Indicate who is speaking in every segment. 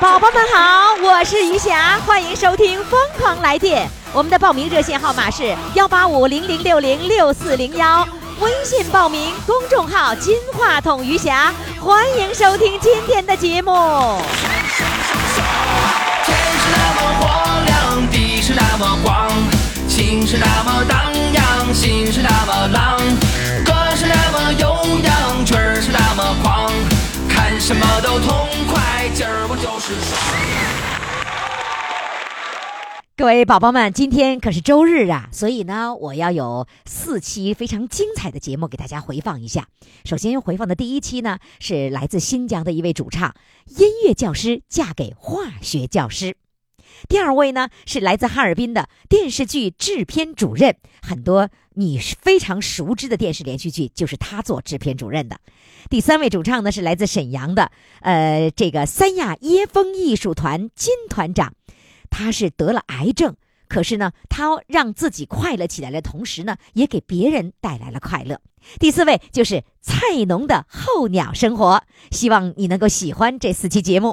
Speaker 1: 宝宝们好，我是余霞，欢迎收听《疯狂来电》。我们的报名热线号码是幺八五零零六零六四零幺，微信报名公众号“金话筒余霞”。欢迎收听今天的节目。
Speaker 2: 天是那么荒凉，地是那么广，情是那么荡漾，心是那么浪，歌是那么悠扬，曲儿是那么狂，看什么都痛快，今儿我就是爽。
Speaker 1: 各位宝宝们，今天可是周日啊，所以呢，我要有四期非常精彩的节目给大家回放一下。首先回放的第一期呢，是来自新疆的一位主唱，音乐教师嫁给化学教师。第二位呢是来自哈尔滨的电视剧制片主任，很多你非常熟知的电视连续剧就是他做制片主任的。第三位主唱呢是来自沈阳的，呃，这个三亚椰风艺术团金团长，他是得了癌症，可是呢，他让自己快乐起来的同时呢，也给别人带来了快乐。第四位就是菜农的候鸟生活，希望你能够喜欢这四期节目。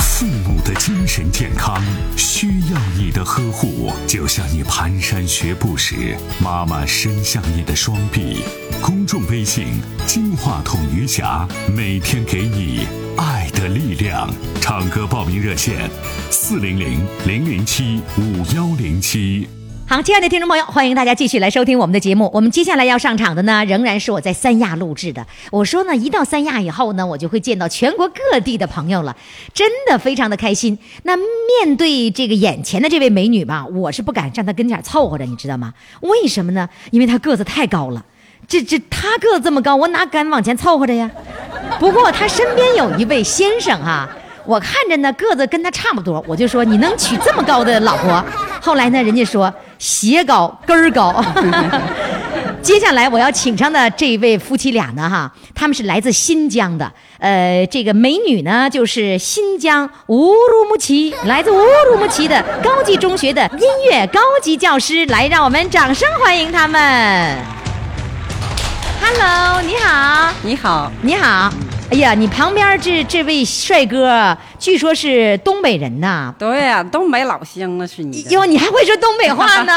Speaker 3: 父母的精神健康需要你的呵护，就像你蹒跚学步时，妈妈伸向你的双臂。公众微信“金话筒余霞”每天给你爱的力量。唱歌报名热线：四零零零零七五幺零七。
Speaker 1: 好，亲爱的听众朋友，欢迎大家继续来收听我们的节目。我们接下来要上场的呢，仍然是我在三亚录制的。我说呢，一到三亚以后呢，我就会见到全国各地的朋友了，真的非常的开心。那面对这个眼前的这位美女吧，我是不敢站她跟前凑合着，你知道吗？为什么呢？因为她个子太高了。这这，她个子这么高，我哪敢往前凑合着呀？ 不过她身边有一位先生啊，我看着呢个子跟他差不多，我就说你能娶这么高的老婆？后来呢，人家说鞋高跟儿高。 接下来我要请上的这位夫妻俩呢，哈，他们是来自新疆的，呃，这个美女呢就是新疆乌鲁木齐，来自乌鲁木齐的高级中学的音乐高级教师，来，让我们掌声欢迎他们。Hello，你好。
Speaker 4: 你好，
Speaker 1: 你好，哎呀，你旁边这这位帅哥，据说是东北人呐。
Speaker 4: 对呀、东北老乡啊，是你的。
Speaker 1: 哟，你还会说东北话 呢？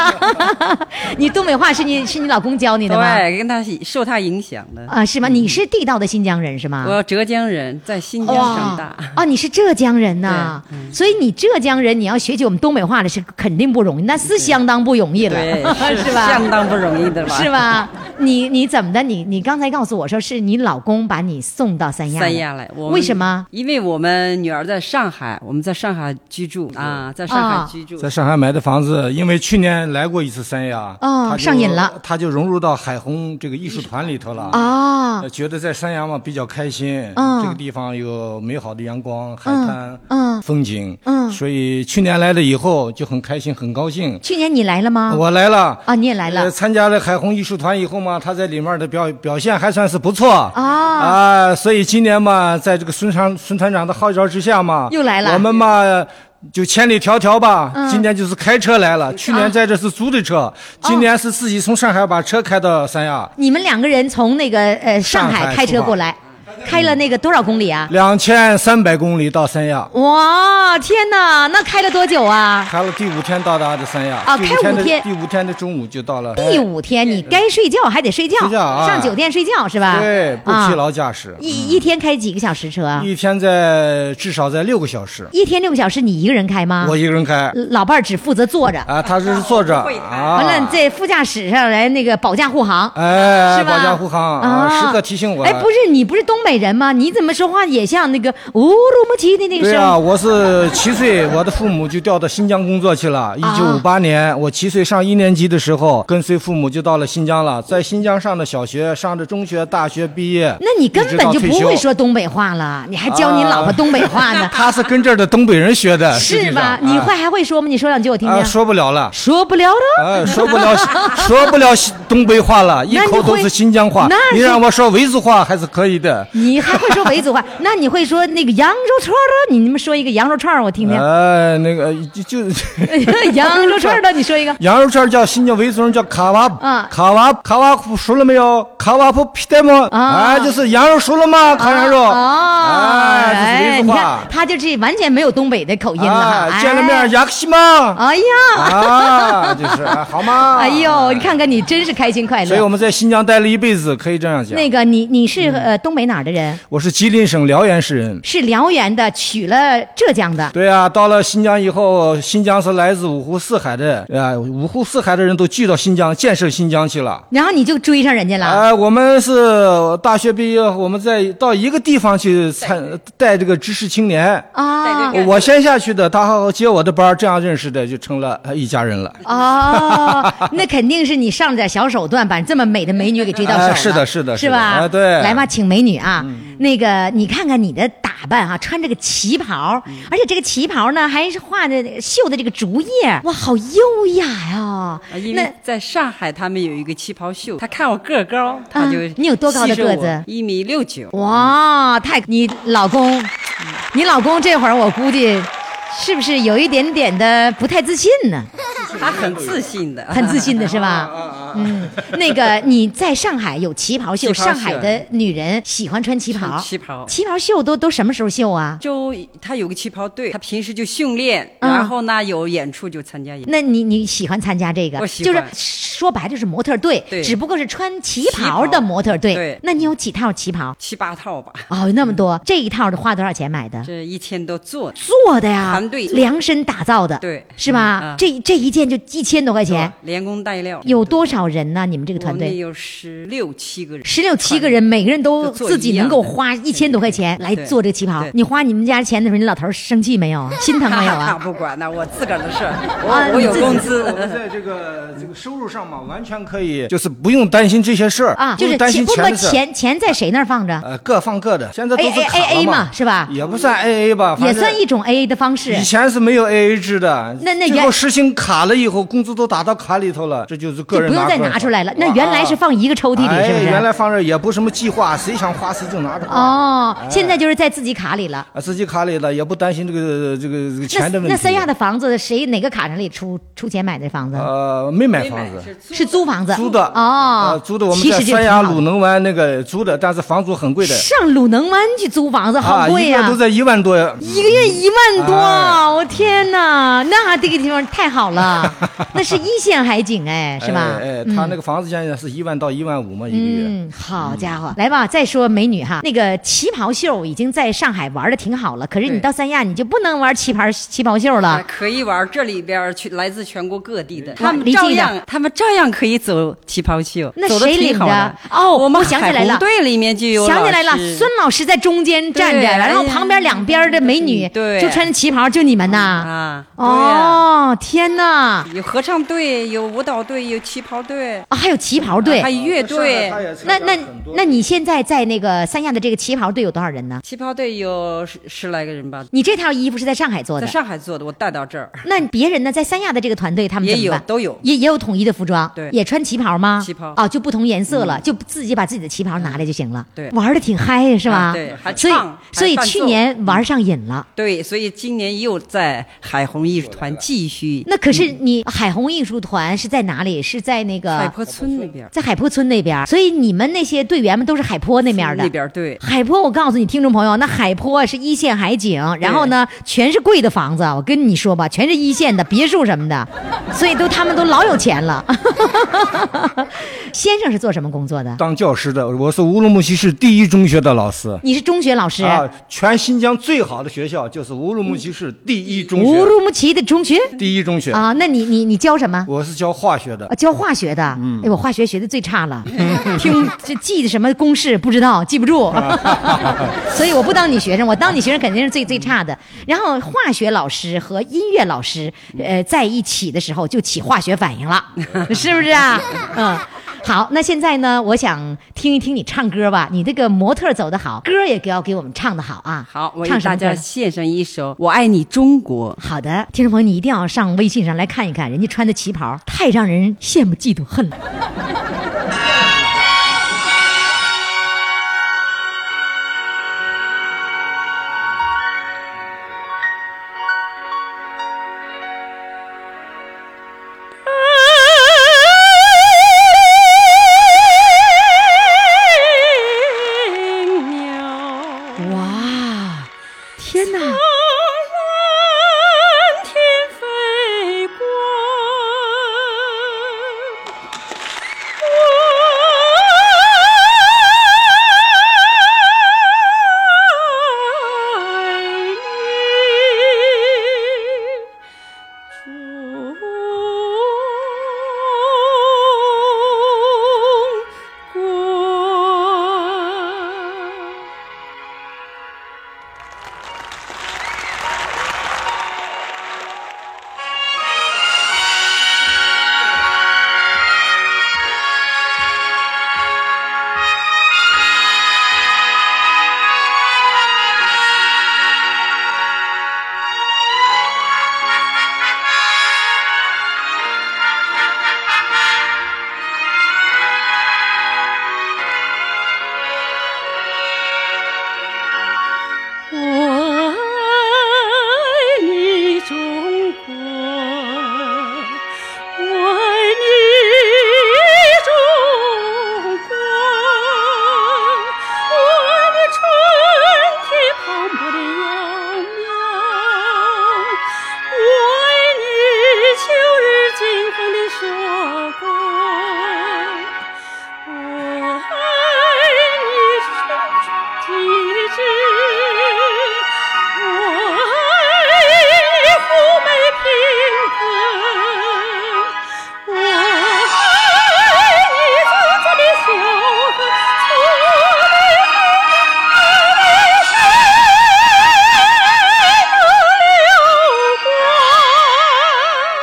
Speaker 1: 你东北话是你是你老公教你的吗？
Speaker 4: 对，跟他受他影响的。
Speaker 1: 啊，是吗？你是地道的新疆人是吗？
Speaker 4: 我浙江人，在新疆长大。
Speaker 1: 哦，你是浙江人呐、
Speaker 4: 对嗯
Speaker 1: 所以你浙江人，你要学起我们东北话来是肯定不容易，那是相当不容易了，
Speaker 4: 对，
Speaker 1: 是吧？
Speaker 4: 相当不容易的吧？
Speaker 1: 是？吧？你你怎么的？你你刚才告诉我说是你老公把你送到三亚来，
Speaker 4: 三亚来，我们
Speaker 1: 为什么？？
Speaker 4: 因为我们女儿在上海，我们在上海居住啊，在上
Speaker 1: 啊
Speaker 4: 海居住。
Speaker 5: 在上海买的房子，因为去年来过一次三亚，
Speaker 1: 哦
Speaker 5: 他就
Speaker 1: 上瘾了，
Speaker 5: 他就融入到海虹这个艺术团里头了。
Speaker 1: 啊、
Speaker 5: 呃觉得在三亚嘛比较开心，
Speaker 1: 嗯
Speaker 5: 这个地方有美好的阳光、海滩、
Speaker 1: 嗯
Speaker 5: 风景，
Speaker 1: 嗯
Speaker 5: 所以去年来了以后就很开心、很高兴。
Speaker 1: 去年你来了吗？
Speaker 5: 我来了
Speaker 1: 啊你也来了
Speaker 5: 呃参加了海虹艺术团以后嘛，他在里面的表表现还算是不错啊所以今年嘛，在这个孙长孙团长的号召之下嘛，
Speaker 1: 又来了嗯
Speaker 5: 我们嘛。就千里迢迢吧，今年就是开车来了。去年在这是租的车，
Speaker 1: 啊
Speaker 5: 今年是自己从上海把车开到三亚，
Speaker 1: 你们两个人从那个呃上
Speaker 5: 上
Speaker 1: 海
Speaker 5: 海
Speaker 1: 开车
Speaker 5: 出发
Speaker 1: 过来，开了那个多少公里啊？
Speaker 5: 两千三百公里到三亚，
Speaker 1: 哇，天哪，那开了多久啊？
Speaker 5: 开了第五天到达的三亚。
Speaker 1: 啊
Speaker 5: 第
Speaker 1: 开五
Speaker 5: 的
Speaker 1: 天
Speaker 5: 第五天的中午就到了。
Speaker 1: 第五天你该睡觉还得睡觉，
Speaker 5: 哎睡觉啊
Speaker 1: 上酒店睡觉是吧？
Speaker 5: 对，不
Speaker 1: 啊
Speaker 5: 疲劳驾驶，
Speaker 1: 一一天开几个小时车啊？
Speaker 5: 一天在至少在六个小时，
Speaker 1: 一啊天六个小时，你一个人开吗？
Speaker 5: 我一个人开。
Speaker 1: 老伴儿只负责坐着，
Speaker 5: 啊，他这是坐着啊，
Speaker 1: 完了在副驾驶上来那个保驾护航，
Speaker 5: 哎，
Speaker 1: 是吧
Speaker 5: 保驾护航
Speaker 1: 啊
Speaker 5: 时刻提醒我。
Speaker 1: 哎，不是你不是东东北人吗？你怎么说话也像那个乌鲁木齐的那个
Speaker 5: 对
Speaker 1: 声？
Speaker 5: 啊，我是七岁，我的父母就调到新疆工作去了。一九五
Speaker 1: 啊
Speaker 5: 八年，我七岁上一年级的时候，跟随父母就到了新疆了，在新疆上的小学，上的中学、大学毕业。
Speaker 1: 那你根本就
Speaker 5: 一直到
Speaker 1: 不
Speaker 5: 退休
Speaker 1: 会说东北话了，你还教你老婆东北话 呢，
Speaker 5: 他是跟这儿的东北人学的，实
Speaker 1: 是
Speaker 5: 际
Speaker 1: 吧
Speaker 5: 上？
Speaker 1: 你会还会说吗？你说两句我听
Speaker 5: 啊，
Speaker 1: 听。
Speaker 5: 说不了了。
Speaker 1: 说不了了，
Speaker 5: 哎，说不了，说不了西东北话了，一
Speaker 1: 那你
Speaker 5: 口都
Speaker 1: 会
Speaker 5: 是新疆话
Speaker 1: 那。
Speaker 5: 你
Speaker 1: 你
Speaker 5: 让我说维族话还是可以的。
Speaker 1: 你还会说维族 话？那你会说那个羊肉串儿啊？你们说一个羊肉串儿我听听。
Speaker 5: 哎，那个就 就
Speaker 1: 羊肉串儿的，你说一个。
Speaker 5: 羊肉串儿叫新疆维族人叫卡瓦，
Speaker 1: 嗯
Speaker 5: 卡瓦卡瓦普熟了没有？卡瓦普皮带吗？
Speaker 1: 啊
Speaker 5: 哎，就是羊肉熟了吗？烤羊肉，
Speaker 1: 哦，
Speaker 5: 哎，这是维
Speaker 1: 你
Speaker 5: 族
Speaker 1: 看
Speaker 5: 话。
Speaker 1: 他就是完全没有东北的口音了哈。
Speaker 5: 哎，见了面
Speaker 1: 哎
Speaker 5: 儿，雅克西吗？
Speaker 1: 哎呀，
Speaker 5: 啊， 就是哎好吗？
Speaker 1: 哎呦，你看看你真是开心快
Speaker 5: 所以我
Speaker 1: 乐。
Speaker 5: 们在新疆待了一辈子，可以这样讲。
Speaker 1: 哎
Speaker 5: 嗯
Speaker 1: 那个你你是呃东北哪儿的人？
Speaker 5: 我是吉林省辽源市人。
Speaker 1: 是辽源的，娶了浙江的。
Speaker 5: 对啊，到了新疆以后，新疆是来自五湖四海的，啊，五湖四海的人都聚到新疆建设新疆去了。
Speaker 1: 然后你就追上人家了，
Speaker 5: 哎，我们是大学毕业，我们在到一个地方去参带这个知识青年。
Speaker 1: 啊
Speaker 5: 我先下去的，他接我的班儿，这样认识的就成了一家人了。
Speaker 1: 哦，那肯定是你上了点小手段，把这么美的美女给追到手了。
Speaker 5: 哎是的是的
Speaker 1: 是
Speaker 5: 是的
Speaker 1: 吧？
Speaker 5: 哎对嗯
Speaker 1: 来吧，请美女啊，那个你看看你的打扮啊，穿这个旗袍，
Speaker 5: 嗯
Speaker 1: 而且这个旗袍呢还是画的绣的这个竹叶，哇，好优雅呀！嗯
Speaker 5: 哎
Speaker 4: 啊因
Speaker 1: 那
Speaker 4: 为在上海他们有一个旗袍秀，他看我个儿高，他就
Speaker 1: 啊你有多高的个子
Speaker 4: 一米六九。
Speaker 1: 哇，太你老
Speaker 5: 嗯
Speaker 1: 公，你老公这会儿我估计是不是有一点点的不太自信呢？
Speaker 4: 他很自信的，啊
Speaker 1: 很自信的是 吧？嗯，那个你在上海有旗袍秀，
Speaker 4: 旗袍
Speaker 1: 上
Speaker 4: 秀
Speaker 1: 海的女人喜欢穿旗袍，
Speaker 4: 穿旗袍
Speaker 1: 旗袍秀都都什么时候秀啊？
Speaker 4: 就他有个旗袍队，他平时就训练，
Speaker 1: 嗯
Speaker 4: 然后呢有演出就参加演。
Speaker 1: 那你你喜欢参加这个？
Speaker 4: 嗯我喜
Speaker 1: 就是
Speaker 4: 欢
Speaker 1: 说白了就是模特队，
Speaker 4: 对
Speaker 1: 只不过是穿旗袍的模特队。
Speaker 4: 旗袍对
Speaker 1: 那你有几套旗袍？
Speaker 4: 七八套吧，嗯
Speaker 1: 哦，有那么多，这一套是花多少钱买的？
Speaker 4: 这一千多做，
Speaker 1: 做的呀，
Speaker 4: 团队
Speaker 1: 量身打造的，
Speaker 4: 对
Speaker 1: 是吧？
Speaker 4: 嗯嗯
Speaker 1: 这这一件就一千多块钱，
Speaker 4: 连工带料。
Speaker 1: 有多少人呢？你们这个
Speaker 4: 我
Speaker 1: 团
Speaker 4: 们
Speaker 1: 队？
Speaker 4: 有十六七个人，
Speaker 1: 十六七个人，每个人都
Speaker 4: 都做
Speaker 1: 自己能够花
Speaker 4: 一样
Speaker 1: 一
Speaker 4: 的
Speaker 1: 千多块钱来
Speaker 4: 对
Speaker 1: 做这个旗袍
Speaker 4: 对。
Speaker 1: 你花你们家钱的时候，你老头儿生气没 有啊？心疼没有啊？
Speaker 4: 不管那我自个儿的事儿，
Speaker 1: 啊
Speaker 4: 我我
Speaker 1: 你
Speaker 4: 有
Speaker 1: 自己
Speaker 4: 工
Speaker 5: 我们
Speaker 4: 资。
Speaker 5: 在这个这个收入上嘛，完全可以， 就是不用担心这些事儿
Speaker 1: 啊，
Speaker 5: 不
Speaker 1: 就
Speaker 5: 用
Speaker 1: 是
Speaker 5: 担
Speaker 1: 钱
Speaker 5: 心
Speaker 1: 不
Speaker 5: 钱
Speaker 1: 过
Speaker 5: 的事儿
Speaker 1: 钱钱在谁那儿放着
Speaker 5: 呃，各放各的，现在都
Speaker 1: ？A
Speaker 5: 是
Speaker 1: A
Speaker 5: 卡
Speaker 1: A A
Speaker 5: 了
Speaker 1: 嘛，是吧？
Speaker 5: 也不算 A A 吧，
Speaker 1: 也
Speaker 5: 反正
Speaker 1: 算一种 A A 的方式
Speaker 5: 以。前是没有 A A 制的，
Speaker 1: 那那
Speaker 5: 最
Speaker 1: 原
Speaker 5: 后实行卡了以后，工资都打到卡里头了，这就是
Speaker 1: 就
Speaker 5: 个人
Speaker 1: 不用再
Speaker 5: 个人
Speaker 1: 拿出来了，
Speaker 5: 花
Speaker 1: 那原来是放一个抽屉
Speaker 5: 哎
Speaker 1: 里，是不
Speaker 5: 原
Speaker 1: 是？
Speaker 5: 来放这儿也不什么计划，谁想花谁就拿着花。
Speaker 1: 哦，
Speaker 5: 哎
Speaker 1: 现在就是在自己卡里了。
Speaker 5: 啊，自己卡里了，也不担心这个这个这个
Speaker 1: 那
Speaker 5: 钱的问题。
Speaker 1: 那三亚的房子，谁哪个卡上里出出钱买的房子？
Speaker 5: 呃没买房子，
Speaker 1: 是租房子，
Speaker 5: 租的
Speaker 1: 哦
Speaker 5: 呃，租的我们
Speaker 1: 其
Speaker 5: 在
Speaker 1: 实就
Speaker 5: 三亚
Speaker 1: 挺好的
Speaker 5: 鲁能湾那个租的，但是房租很贵的，
Speaker 1: 上鲁能湾去租房子，好
Speaker 5: 啊，
Speaker 1: 贵
Speaker 5: 一
Speaker 1: 呀、
Speaker 5: 个都在一万多。
Speaker 1: 一个月一万多，
Speaker 5: 哎
Speaker 1: 我天哪，那这个地方太好 了，那是一线海景哎，是吧？
Speaker 5: 哎，哎他那个房子现在是一万到一万五嘛，一个月。
Speaker 1: 嗯，好家伙，来吧，再说美女哈，那个旗袍秀已经在上海玩的挺好了，可是你
Speaker 4: 对
Speaker 1: 到三亚你就不能玩旗袍旗袍秀
Speaker 4: 啊
Speaker 1: 了，
Speaker 4: 可以玩这里边儿去，来自全国各地的，
Speaker 1: 哇
Speaker 4: 他们
Speaker 1: 离近
Speaker 4: 照
Speaker 1: 一点
Speaker 4: 样，他们照样可以走旗袍秀，
Speaker 1: 那
Speaker 4: 走得
Speaker 1: 谁
Speaker 4: 挺
Speaker 1: 领
Speaker 4: 好
Speaker 1: 着
Speaker 4: 的？
Speaker 1: 哦
Speaker 4: 我
Speaker 1: 我
Speaker 4: 们
Speaker 1: 想起
Speaker 4: 海
Speaker 1: 来
Speaker 4: 虹
Speaker 1: 了
Speaker 4: 队里面就有
Speaker 1: 想起
Speaker 4: 老
Speaker 1: 来了，
Speaker 4: 师
Speaker 1: 孙老师在中间站着，
Speaker 4: 对
Speaker 1: 然后
Speaker 4: 哎呀
Speaker 1: 旁边两边的美女
Speaker 4: 对
Speaker 1: 就穿着旗袍，就你们呐。
Speaker 4: 啊，对呀，
Speaker 1: 哦，天呐，
Speaker 4: 有合唱队，有舞蹈队，有旗袍队，
Speaker 1: 啊，还有旗袍队
Speaker 4: 还，有乐队。
Speaker 1: 那那那你现在在那个三亚的这个旗袍队有多少人呢？
Speaker 4: 旗袍队有十十来个人吧，
Speaker 1: 你这套衣服是在上海做
Speaker 4: 在
Speaker 1: 的，
Speaker 4: 上海做的，我带到这儿，
Speaker 1: 那别人呢？在三亚的这个团队，他们
Speaker 4: 也
Speaker 1: 怎么
Speaker 4: 有
Speaker 1: 办？
Speaker 4: 都有。
Speaker 1: 也也有统一的服装，
Speaker 4: 对
Speaker 1: 也穿旗袍吗？
Speaker 4: 旗袍嗯
Speaker 1: 哦，就不同颜色了，就自己把自己的旗袍拿来就行了。
Speaker 4: 对
Speaker 1: 玩的挺嗨呀，是吧？
Speaker 4: 啊对还
Speaker 1: 所以
Speaker 4: 唱
Speaker 1: 所以
Speaker 4: 还伴奏
Speaker 1: 去年玩上瘾了。
Speaker 4: 对，所以今年又在海虹艺术团继续
Speaker 1: 那可是你海虹艺术团是在哪里？是在那
Speaker 4: 嗯海
Speaker 1: 个
Speaker 4: 坡村那边儿，
Speaker 1: 在海坡村那边，所以你们那些队员们都是海坡那边的。
Speaker 4: 那边儿对，
Speaker 1: 海坡，我告诉你，听众朋友，那海坡是一线海景，然后呢，全是贵的房子。我跟你说吧，全是一线的别墅什么的，所以都他们都老有钱了。先生是做什么工作的？
Speaker 5: 当教师的，我是乌鲁木齐市第一中学的老师。
Speaker 1: 你是中学老师，
Speaker 5: 啊，全新疆最好的学校就是乌鲁木齐市第一中
Speaker 1: 乌
Speaker 5: 学，
Speaker 1: 鲁木齐的中学
Speaker 5: 第一中学。
Speaker 1: 啊啊？那你你你教什么？
Speaker 5: 我是教化学的嗯
Speaker 1: 啊，，教化学的，哎，我化学学的最差了，听这记的什么公式不知道，记不住，
Speaker 5: 啊
Speaker 1: 所以我不当你学生，我当你学生肯定是最最差的。然后化学老师和音乐老师，呃，在一起的时候就起化学反应 了，是不是啊？嗯。好，那现在呢？我想听一听你唱歌吧。你这个模特走得好，歌也给要给我们唱得好啊。
Speaker 4: 好，我
Speaker 1: 唱
Speaker 4: 给
Speaker 1: 什
Speaker 4: 大
Speaker 1: 么歌
Speaker 4: 家
Speaker 1: 呢？
Speaker 4: 献上一首《我爱你中国》。
Speaker 1: 好的，听众朋友，你一定要上微信上来看一看，人家穿的旗袍太让人羡慕、嫉妒、恨了。哇，天哪！
Speaker 6: 我爱你中国，我爱你中国，我爱你春天蓬勃的秧苗，我爱你秋日金风的硕果。我爱你纯纯的真，我爱你妩媚品格，我爱你祖国的秀禾，我爱你的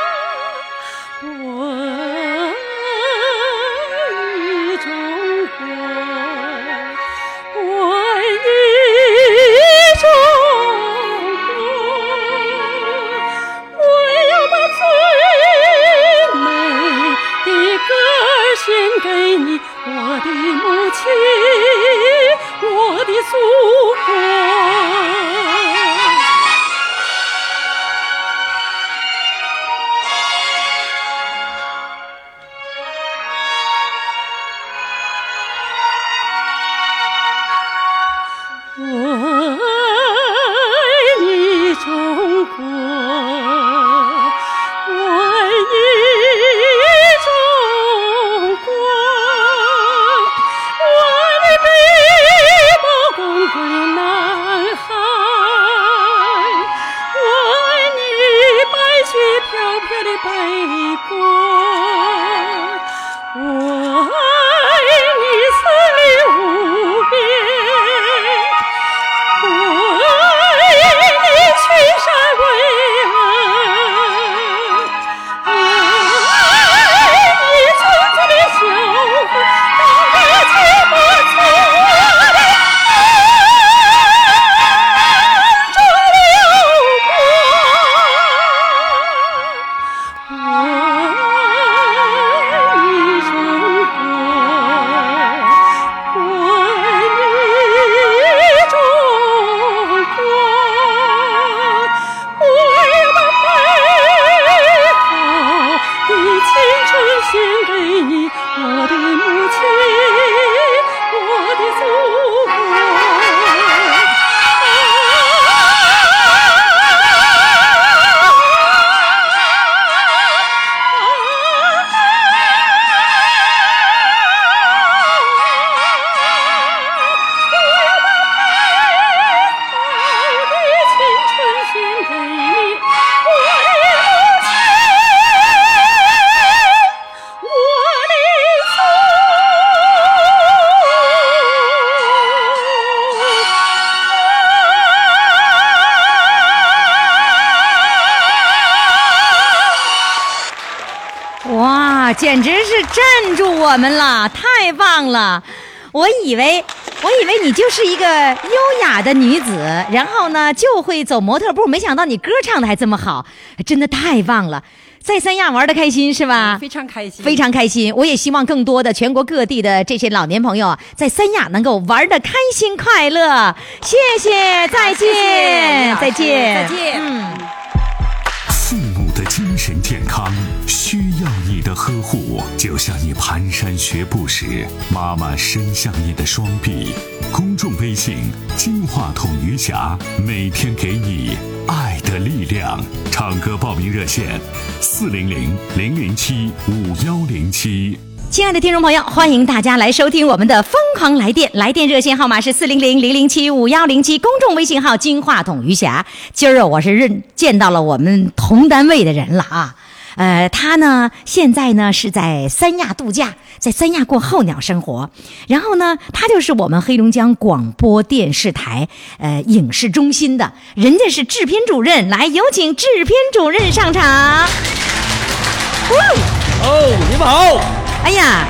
Speaker 6: 水流光，我爱你中国，我爱你中国，我要把最美的歌献给你，我的母亲，我的祖国。我爱你中国，我爱你中国，我爱你背包滚滚的南海，我爱你白雪飘飘的北国。我爱你四里无边，我爱嗯你群山巍峨，我爱嗯哎你村子的小河，荡着起波粼粼的江中流过。我爱
Speaker 1: 啊哇，简直是镇住我们了，太棒了！我以为，我以为你就是一个优雅的女子，然后呢就会走模特步，没想到你歌唱的还这么好，真的太棒了！在三亚玩的开心是吧？
Speaker 4: 非常开心，
Speaker 1: 嗯非常开心。我也希望更多的全国各地的这些老年朋友啊，在三亚能够玩的开心快乐。谢谢，再见，再啊见，
Speaker 4: 再见。嗯。
Speaker 3: 父母的精神健康需要你的呵护，就像你蹒跚学步时，妈妈伸向你的双臂。公众微信“金话筒余霞”，每天给你爱的力量。唱歌报名热线：四零零零零七五幺零七。
Speaker 1: 亲爱的听众朋友，欢迎大家来收听我们的《疯狂来电》，来电热线号码是四零零零零七五幺零七，公众微信号“金话筒余霞”。今儿我是认见到了我们同单位的人了啊，呃，他呢现在呢是在三亚度假，在三亚过候鸟生活，然后呢他就是我们黑龙江广播电视台呃影视中心的，人家是制片主任，来有请制片主任上场。
Speaker 7: 哦，你们好，
Speaker 1: 哎呀，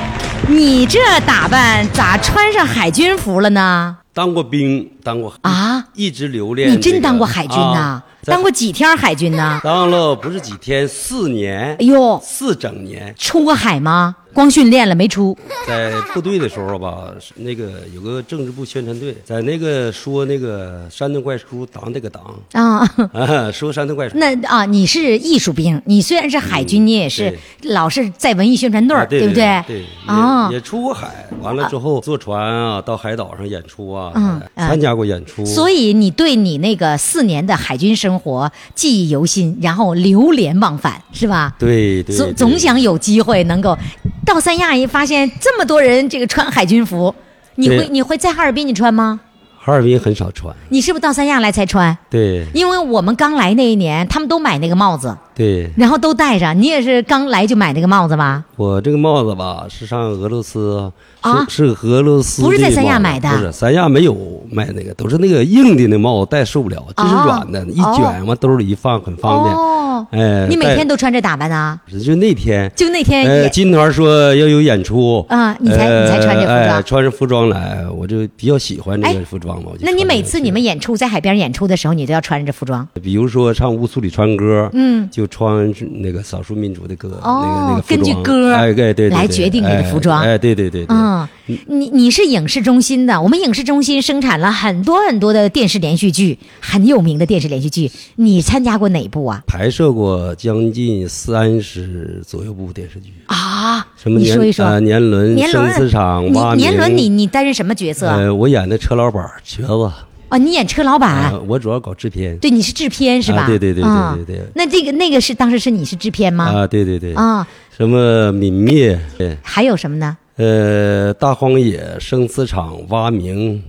Speaker 1: 你这打扮咋穿上海军服了呢？
Speaker 8: 当过兵，当过
Speaker 1: 啊，
Speaker 8: 一直留恋、
Speaker 1: 你
Speaker 8: 这个。
Speaker 1: 真当过海军呐、
Speaker 8: 啊在
Speaker 1: 当过几天海军呐、
Speaker 8: 当了不是几天，四年。
Speaker 1: 哎呦，
Speaker 8: 四整年，
Speaker 1: 出过海吗？光训练了没出？
Speaker 8: 在部队的时候吧，是那个有个政治部宣传队，在那个说那个山东怪叔党这个党
Speaker 1: 啊，
Speaker 8: 啊，说山东怪叔。
Speaker 1: 那啊，你是艺术兵，你虽然是海军，你也是老是在文艺宣传队儿，
Speaker 8: 嗯啊对
Speaker 1: 不
Speaker 8: 对？
Speaker 1: 对
Speaker 8: 也？
Speaker 1: 啊
Speaker 8: 也，出过海，完了之后坐船啊，到海岛上演出啊，
Speaker 1: 嗯
Speaker 8: 哎参加过演出。
Speaker 1: 所以你对你那个四年的海军生活记忆犹新，然后流连忘返，是吧？
Speaker 8: 对对，
Speaker 1: 总
Speaker 8: 对
Speaker 1: 总想有机会能够到三亚，一发现这么多人这个穿海军服，你会
Speaker 8: 对
Speaker 1: 你会在哈尔滨你穿吗？
Speaker 8: 哈尔滨很少穿，
Speaker 1: 你是不是到三亚来才穿？
Speaker 8: 对
Speaker 1: 因为我们刚来那一年，他们都买那个帽子，
Speaker 8: 对。
Speaker 1: 然后都戴上。你也是刚来就买那个帽子吧？
Speaker 8: 我这个帽子吧，是上俄罗斯
Speaker 1: 啊
Speaker 8: 是是俄罗斯
Speaker 1: 不是在
Speaker 8: 这个
Speaker 1: 三亚
Speaker 8: 帽子
Speaker 1: 买的
Speaker 8: 不是三亚没有卖那个，都是那个硬的那帽子，戴受不了，就是
Speaker 1: 哦
Speaker 8: 软的，一
Speaker 1: 哦
Speaker 8: 卷往兜里一放，很方便。
Speaker 1: 哦，
Speaker 8: 哎，
Speaker 1: 你每
Speaker 8: 戴
Speaker 1: 天都穿这打扮啊？
Speaker 8: 就那天。
Speaker 1: 就那天
Speaker 8: 呃，
Speaker 1: 也
Speaker 8: 金团说要有演出
Speaker 1: 啊你才
Speaker 8: 呃
Speaker 1: 你才穿这服装
Speaker 8: 哎穿着服装来，我就比较喜欢这
Speaker 1: 哎
Speaker 8: 个服装嘛。我就
Speaker 1: 那你
Speaker 8: 穿着
Speaker 1: 每次
Speaker 8: 去
Speaker 1: 你们演出在海边演出的时候，你都要穿着这服装？
Speaker 8: 比如说唱乌苏里川歌，
Speaker 1: 嗯
Speaker 8: 就穿那个少数民族的歌，
Speaker 1: 哦
Speaker 8: 那个那个服
Speaker 1: 根据
Speaker 8: 装
Speaker 1: 歌
Speaker 8: 哎，对对对，
Speaker 1: 来
Speaker 8: 对
Speaker 1: 决定你的
Speaker 8: 哎
Speaker 1: 服装
Speaker 8: 哎，对对对，对
Speaker 1: 嗯，你你是影视中心的，我们影视中心生产了很多很多的电视连续剧，很有名的电视连续剧。你参加过哪部啊？
Speaker 8: 拍摄过将近三十左右部电视剧，
Speaker 1: 啊，
Speaker 8: 什么
Speaker 1: 你
Speaker 8: 年
Speaker 1: 说一说。
Speaker 8: 呃年轮、
Speaker 1: 年轮
Speaker 8: 生死场、蛙
Speaker 1: 你年轮
Speaker 8: 鸣
Speaker 1: 你你担任什么角色？
Speaker 8: 呃，我演的车老板瘸子，
Speaker 1: 哦，你演车老板，
Speaker 8: 呃我主要搞制片
Speaker 1: 对，你是制片是吧？
Speaker 8: 啊对对对对
Speaker 1: 嗯
Speaker 8: 对对对
Speaker 1: 那这个那个是当时是你是制片吗？
Speaker 8: 啊，对对对，
Speaker 1: 啊，
Speaker 8: 什么泯灭，对
Speaker 1: 还有什么呢？
Speaker 8: 呃，大荒野、生死场、蛙鸣，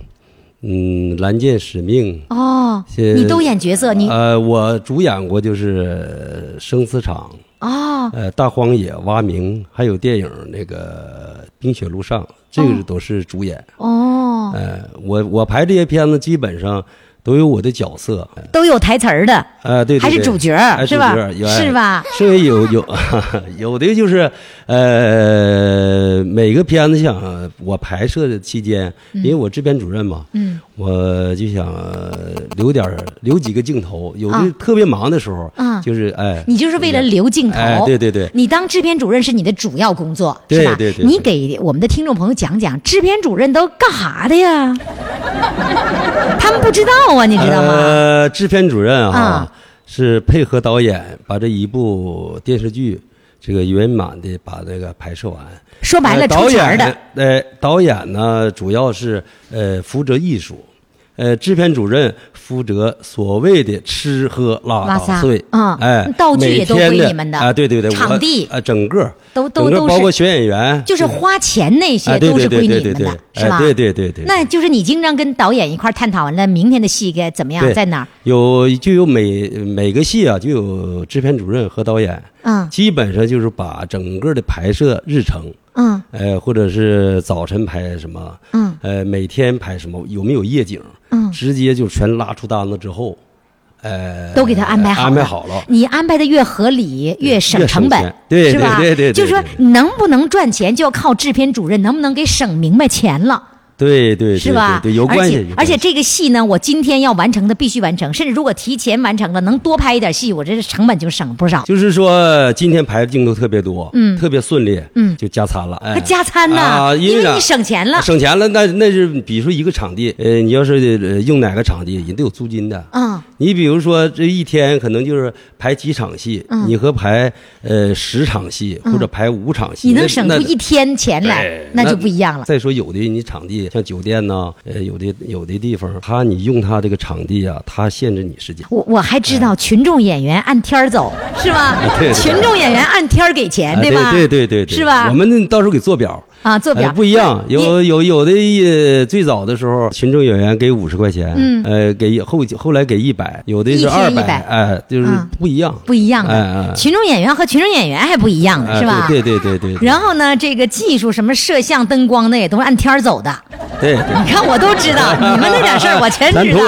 Speaker 8: 嗯，蓝剑使命。
Speaker 1: 哦，
Speaker 8: 是
Speaker 1: 你都演角色，你
Speaker 8: 呃，我主演过就是《生死场》，
Speaker 1: 哦，
Speaker 8: 呃，《大荒野》《蛙鸣》，还有电影那个《冰雪路上》，这个都是主演。
Speaker 1: 哦，
Speaker 8: 呃，我我拍这些片子基本上都有我的角色，
Speaker 1: 都有台词儿的，
Speaker 8: 呃，对对对，
Speaker 1: 还是主角
Speaker 8: 哎
Speaker 1: 是吧
Speaker 8: 主角有
Speaker 1: 是吧？
Speaker 8: 剩下有有 有的就是呃，每个片子想我拍摄的期间，因为我制片主任嘛，
Speaker 1: 嗯，
Speaker 8: 我就想留点儿留几个镜头，有
Speaker 1: 啊
Speaker 8: 的特别忙的时候，
Speaker 1: 嗯
Speaker 8: 就是哎，
Speaker 1: 你就是为了留镜头。
Speaker 8: 哎对对对
Speaker 1: 你当制片主任是你的主要工作，
Speaker 8: 对
Speaker 1: 是吧？
Speaker 8: 对对对
Speaker 1: 你给我们的听众朋友讲讲，制片主任都干哈的呀？ 他们不知道啊，你知道吗？
Speaker 8: 呃，制片主任
Speaker 1: 啊
Speaker 8: 啊，是配合导演把这一部电视剧这个圆满的把那个拍摄完。
Speaker 1: 说白
Speaker 8: 呃
Speaker 1: 了，
Speaker 8: 导
Speaker 1: 出钱
Speaker 8: 演
Speaker 1: 儿的。，
Speaker 8: 呃，导演呢主要是呃负责艺术，呃，制片主任负责所谓的吃喝拉
Speaker 1: 拉
Speaker 8: 撒
Speaker 1: 撒
Speaker 8: 睡，
Speaker 1: 嗯
Speaker 8: 哎，
Speaker 1: 道具也都归
Speaker 8: 每天
Speaker 1: 你们的
Speaker 8: 啊，对对对，我
Speaker 1: 场地
Speaker 8: 啊，整个
Speaker 1: 都都
Speaker 8: 整个
Speaker 1: 都是
Speaker 8: 包括选演员，
Speaker 1: 就是花钱那些
Speaker 8: 啊，对
Speaker 1: 都
Speaker 8: 对
Speaker 1: 是
Speaker 8: 对
Speaker 1: 归你
Speaker 8: 对
Speaker 1: 们
Speaker 8: 对对
Speaker 1: 的，，是吧？
Speaker 8: 哎对对对对，
Speaker 1: 那就是你经常跟导演一块儿探讨完了明天的戏该怎么样，
Speaker 8: 对
Speaker 1: 在哪儿？
Speaker 8: 有就有每每个戏啊，就有制片主任和导演，
Speaker 1: 嗯
Speaker 8: 基本上就是把整个的拍摄日程，
Speaker 1: 嗯
Speaker 8: 呃，或者是早晨拍什么，
Speaker 1: 嗯
Speaker 8: 呃，每天拍什么，有没有夜景，
Speaker 1: 嗯
Speaker 8: 直接就全拉出单子之后，呃，
Speaker 1: 都给他安排好了，
Speaker 8: 安排好了。
Speaker 1: 你安排的越合理，越省成
Speaker 8: 越
Speaker 1: 本
Speaker 8: 省钱，对
Speaker 1: 是吧？
Speaker 8: 对对对对
Speaker 1: 就说能不能赚钱，就要靠制片主任能不能给省明白钱了。
Speaker 8: 对对对，
Speaker 1: 是吧？
Speaker 8: 对，对有关
Speaker 1: 而
Speaker 8: 系。有
Speaker 1: 且
Speaker 8: 关
Speaker 1: 而且
Speaker 8: 系
Speaker 1: 这个戏呢，我今天要完成的必须完成，甚至如果提前完成了，能多拍一点戏，我这成本就省不少。
Speaker 8: 就是说，今天排的镜头特别多，嗯，特别顺利，嗯，就加餐了，哎
Speaker 1: 还加餐呢
Speaker 8: 啊
Speaker 1: 因为
Speaker 8: 啥
Speaker 1: 你省钱了
Speaker 8: 省钱了，那那是比如说一个场地，呃，你要是呃用哪个场地，人都有租金的，
Speaker 1: 嗯，
Speaker 8: 你比如说这一天可能就是排几场戏，
Speaker 1: 嗯
Speaker 8: 你和排呃十场戏或者排五场戏，
Speaker 1: 你
Speaker 8: 那
Speaker 1: 能省出
Speaker 8: 那
Speaker 1: 一天钱来
Speaker 8: 对，
Speaker 1: 那就不一样了。
Speaker 8: 再说有的你场地像酒店呐、呃，有的有的地方，他你用他这个场地啊，他限制你时间。
Speaker 1: 我我还知
Speaker 8: 哎
Speaker 1: 道群众演员按天儿走是吧？
Speaker 8: 对对
Speaker 1: 啊群众演员按天儿给钱
Speaker 8: 啊
Speaker 1: 吧？
Speaker 8: 对对对对，
Speaker 1: 是吧
Speaker 8: 我？们到时候给做表。
Speaker 1: 啊，做表
Speaker 8: 呃、不一样，
Speaker 1: 你
Speaker 8: 有有有的呃最早的时候，群众演员给五十块钱，
Speaker 1: 嗯
Speaker 8: 呃，给后后来给一百，有的
Speaker 1: 一
Speaker 8: 是
Speaker 1: 天
Speaker 8: 二
Speaker 1: 100
Speaker 8: 百，哎，就是
Speaker 1: 嗯
Speaker 8: 不一样，
Speaker 1: 不一样
Speaker 8: 哎
Speaker 1: 的，
Speaker 8: 哎
Speaker 1: 群众演员和群众演员还不一样呢，
Speaker 8: 哎
Speaker 1: 是吧？
Speaker 8: 对对对对对，
Speaker 1: 然后呢，这个技术什么摄像、灯光那也都是按天儿走的。
Speaker 8: 对对
Speaker 1: 你看我都知 道，你们那点
Speaker 7: 哎
Speaker 1: 事儿我全知道。
Speaker 8: 咱同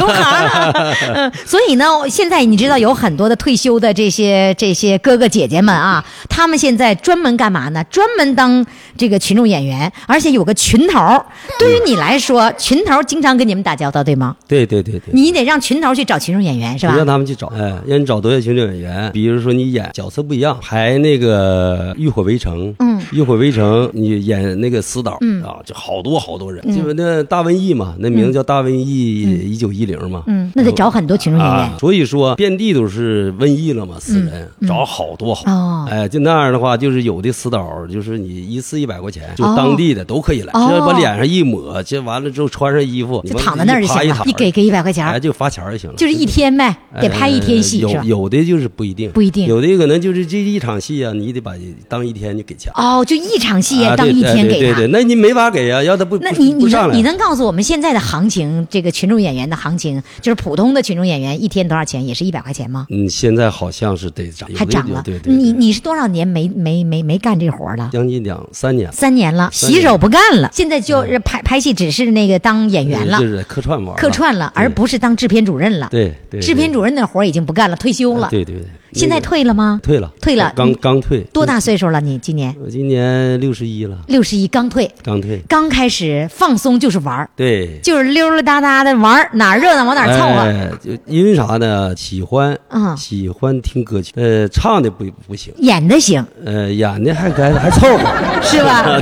Speaker 1: 同行。嗯， 所以呢，现在你知道有很多的退休的这些这些哥哥姐姐们啊，他们现在专门干嘛呢？专门当这个群众演员，而且有个群头儿。
Speaker 8: 嗯
Speaker 1: 对于你来说，群头儿经常跟你们打交道，对吗？
Speaker 8: 对对对对。
Speaker 1: 你得让群头儿去找群众演员，是吧
Speaker 8: 你？让他们去找，哎，让你找多少群众演员？比如说你演角色不一样，排那个《浴火围城》，
Speaker 1: 嗯
Speaker 8: 《浴火围城》你演那个死岛，啊，就好多好多人，
Speaker 1: 嗯
Speaker 8: 就是那大瘟疫嘛，那名字叫大瘟疫一九一零嘛，
Speaker 1: 嗯，那得找很多群众演员。嗯
Speaker 8: 啊，所以说遍地都是瘟疫了嘛，死人、找好多好，
Speaker 1: 哦
Speaker 8: 哎，就那样的话，就是有的死岛就是你一次一百块钱，就
Speaker 1: 哦
Speaker 8: 当地的都可以来，
Speaker 1: 哦
Speaker 8: 只要把脸上一抹，这完了之后穿上衣服，
Speaker 1: 就躺在那儿就行
Speaker 8: 趴一
Speaker 1: 了
Speaker 8: 躺，
Speaker 1: 一给给一百块钱
Speaker 8: 哎，
Speaker 1: 儿，
Speaker 8: 就罚钱儿就行了，
Speaker 1: 就是一天呗，得拍一天戏
Speaker 8: 呃
Speaker 1: 是吧？
Speaker 8: 有有的就是不一定，
Speaker 1: 不一定
Speaker 8: 有的可能就是这一场戏啊，你得把当一天就给钱。
Speaker 1: 哦，就一场戏
Speaker 8: 啊
Speaker 1: 当
Speaker 8: 对
Speaker 1: 一天
Speaker 8: 对
Speaker 1: 给
Speaker 8: 对
Speaker 1: 他
Speaker 8: 对，。那你没法给啊，要他不
Speaker 1: 那
Speaker 8: 不
Speaker 1: 你你
Speaker 8: 不上
Speaker 1: 能
Speaker 8: 来
Speaker 1: 你能告诉我们现在的行情，这个群众演员的行情，就是普通的群众演员一天多少钱？也是一百块钱吗？
Speaker 8: 嗯，现在好像是得涨，有的
Speaker 1: 还涨了？
Speaker 8: 对对对，
Speaker 1: 你你是多少年没没没没干这活儿了？
Speaker 8: 将近两三年，
Speaker 1: 三年了，
Speaker 8: 三年
Speaker 1: 洗
Speaker 8: 嗯
Speaker 1: 手不干了，现在就是拍拍戏只是那个当演员了
Speaker 8: 就，是客串玩儿
Speaker 1: 客串了，而不是当制片主任了。
Speaker 8: 对对对啊
Speaker 1: 制片主任那活儿已经不干了，退休了。
Speaker 8: 对对对，
Speaker 1: 现在
Speaker 8: 那个
Speaker 1: 退了吗？
Speaker 8: 退了，
Speaker 1: 退了
Speaker 8: 刚
Speaker 1: 嗯
Speaker 8: 刚退，
Speaker 1: 多？大岁数了？你今年
Speaker 8: 我今年六十一了，
Speaker 1: 六十一，刚退，
Speaker 8: 刚退。
Speaker 1: 刚开始放松就是玩儿，
Speaker 8: 对，
Speaker 1: 就是溜溜达达的玩儿，哪儿热闹往哪儿凑啊合。
Speaker 8: 哎就因为啥呢？喜欢，
Speaker 1: 嗯
Speaker 8: 喜欢听歌曲，呃，唱的不不行，
Speaker 1: 演的行
Speaker 8: 呃，演的还该还凑合，
Speaker 1: 是 吧？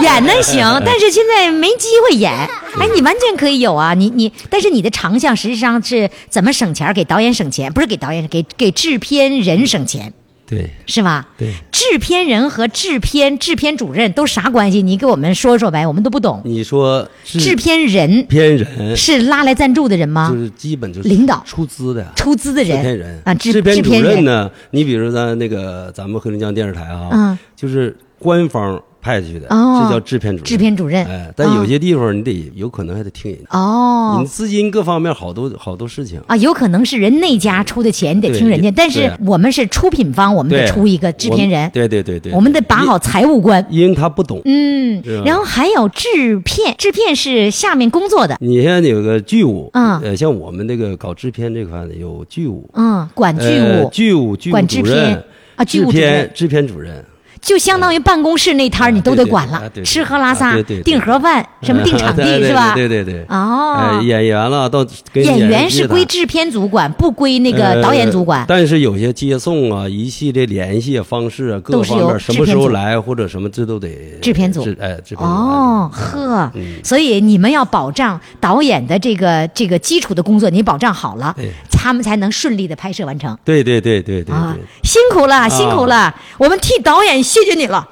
Speaker 1: 演的行，但是现在没机会演。哎，你完全可以有啊，你你，但是你的长项实际上是怎么省钱儿，给导演省钱，不是给导演给给制片人省钱，
Speaker 8: 对。
Speaker 1: 是吧？
Speaker 8: 对
Speaker 1: 制片人和制片制片主任都啥关系？你给我们说说呗，我们都不懂。
Speaker 8: 你说
Speaker 1: 制片人
Speaker 8: 片人
Speaker 1: 是拉来赞助的人吗
Speaker 8: 就？是基本就是
Speaker 1: 领导
Speaker 8: 出资的呀，
Speaker 1: 出资的人
Speaker 8: 制片人
Speaker 1: 啊，制
Speaker 8: 制片
Speaker 1: 制
Speaker 8: 主
Speaker 1: 片
Speaker 8: 任
Speaker 1: 人
Speaker 8: 呢？你比如咱那个咱们黑龙江电视台啊，
Speaker 1: 嗯
Speaker 8: 就是官方派去的，
Speaker 1: 哦
Speaker 8: 这叫制片主任。
Speaker 1: 制片主任
Speaker 8: 哎，但有些地方你得有可能还得听人家，
Speaker 1: 哦
Speaker 8: 你资金各方面好多好多事情。
Speaker 1: 啊，有可能是人那家出的钱，你得听人家。
Speaker 8: 嗯对
Speaker 1: 但是
Speaker 8: 对啊
Speaker 1: 我们是出品方，我们得
Speaker 8: 对啊
Speaker 1: 出一个制片
Speaker 8: 我
Speaker 1: 人
Speaker 8: 们，对对对对，
Speaker 1: 我们得把好财务关。
Speaker 8: 因，因为他不懂。
Speaker 1: 嗯
Speaker 8: 是吧，
Speaker 1: 然后还有制片，制片是下面工作的，
Speaker 8: 你像有个剧务，
Speaker 1: 嗯
Speaker 8: 呃，像我们这个搞制片这块的有剧务，
Speaker 1: 嗯，管剧
Speaker 8: 呃
Speaker 1: 务，
Speaker 8: 剧务、剧务
Speaker 1: 管制
Speaker 8: 主任
Speaker 1: 片啊剧
Speaker 8: 制
Speaker 1: 务主任
Speaker 8: 片、制片主任，
Speaker 1: 就相当于办公室那摊儿
Speaker 8: 啊
Speaker 1: 你都
Speaker 8: 对
Speaker 1: 得
Speaker 8: 对
Speaker 1: 管
Speaker 8: 对
Speaker 1: 了
Speaker 8: 啊对，对
Speaker 1: 吃喝拉
Speaker 8: 啊
Speaker 1: 撒
Speaker 8: 对对、对
Speaker 1: 订盒饭，什么订场
Speaker 8: 对
Speaker 1: 地
Speaker 8: 对
Speaker 1: 是吧？
Speaker 8: 对对对。
Speaker 1: 哦
Speaker 8: 呃，演员了到跟
Speaker 1: 演员
Speaker 8: 技
Speaker 1: 是
Speaker 8: 的
Speaker 1: 归制片组管，不归那个
Speaker 8: 呃
Speaker 1: 导演组管。
Speaker 8: 但是有些接送啊，一系列联系方式啊，各
Speaker 1: 都
Speaker 8: 个
Speaker 1: 是
Speaker 8: 方
Speaker 1: 由
Speaker 8: 面什
Speaker 1: 制
Speaker 8: 么
Speaker 1: 片
Speaker 8: 时候
Speaker 1: 组
Speaker 8: 来或者什么，这都得
Speaker 1: 制片组
Speaker 8: 制哎，制片组
Speaker 1: 哦，呵，
Speaker 8: 嗯
Speaker 1: 所以你们要保障导演的这个这个基础的工作，你保障好了
Speaker 8: 对，
Speaker 1: 他们才能顺利的拍摄完成。
Speaker 8: 对对对对对
Speaker 1: 啊
Speaker 8: 对，
Speaker 1: 辛苦了，辛苦了，我们替导演谢谢你 了。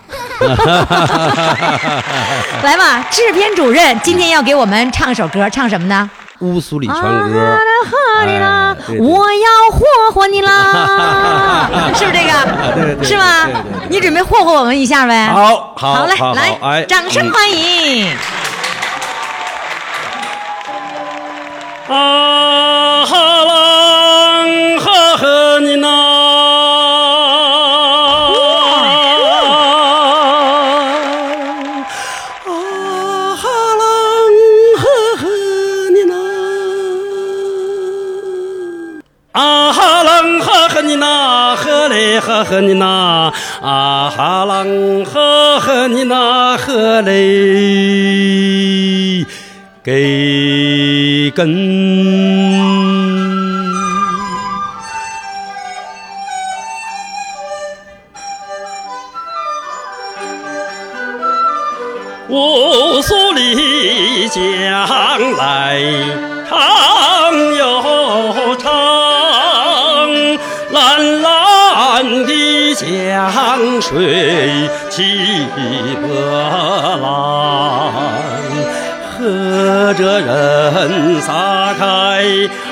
Speaker 1: 来吧，制片主任今天要给我们唱首歌，唱什么呢？
Speaker 8: 乌苏里
Speaker 1: 啊
Speaker 8: 船歌，
Speaker 1: 喝你啦
Speaker 8: 哎，对对
Speaker 1: 我要霍霍你 啦，是不是这
Speaker 8: 对对
Speaker 1: 个？
Speaker 8: 对
Speaker 1: 是吗
Speaker 8: 对对对？
Speaker 1: 你准备霍霍我们一下呗？
Speaker 8: 好好
Speaker 1: 好嘞
Speaker 8: 好，好
Speaker 1: 来，
Speaker 8: 哎
Speaker 1: 掌声
Speaker 8: 嗯
Speaker 1: 欢迎。
Speaker 8: 啊哈郎哈呵你呐，啊哈郎哈呵你呐。啊嘞哈呵你呐，啊哈郎哈呵你呐呵嘞，给根。
Speaker 9: 乌苏里江来长又长，蓝蓝的江水起波浪。喝着人撒开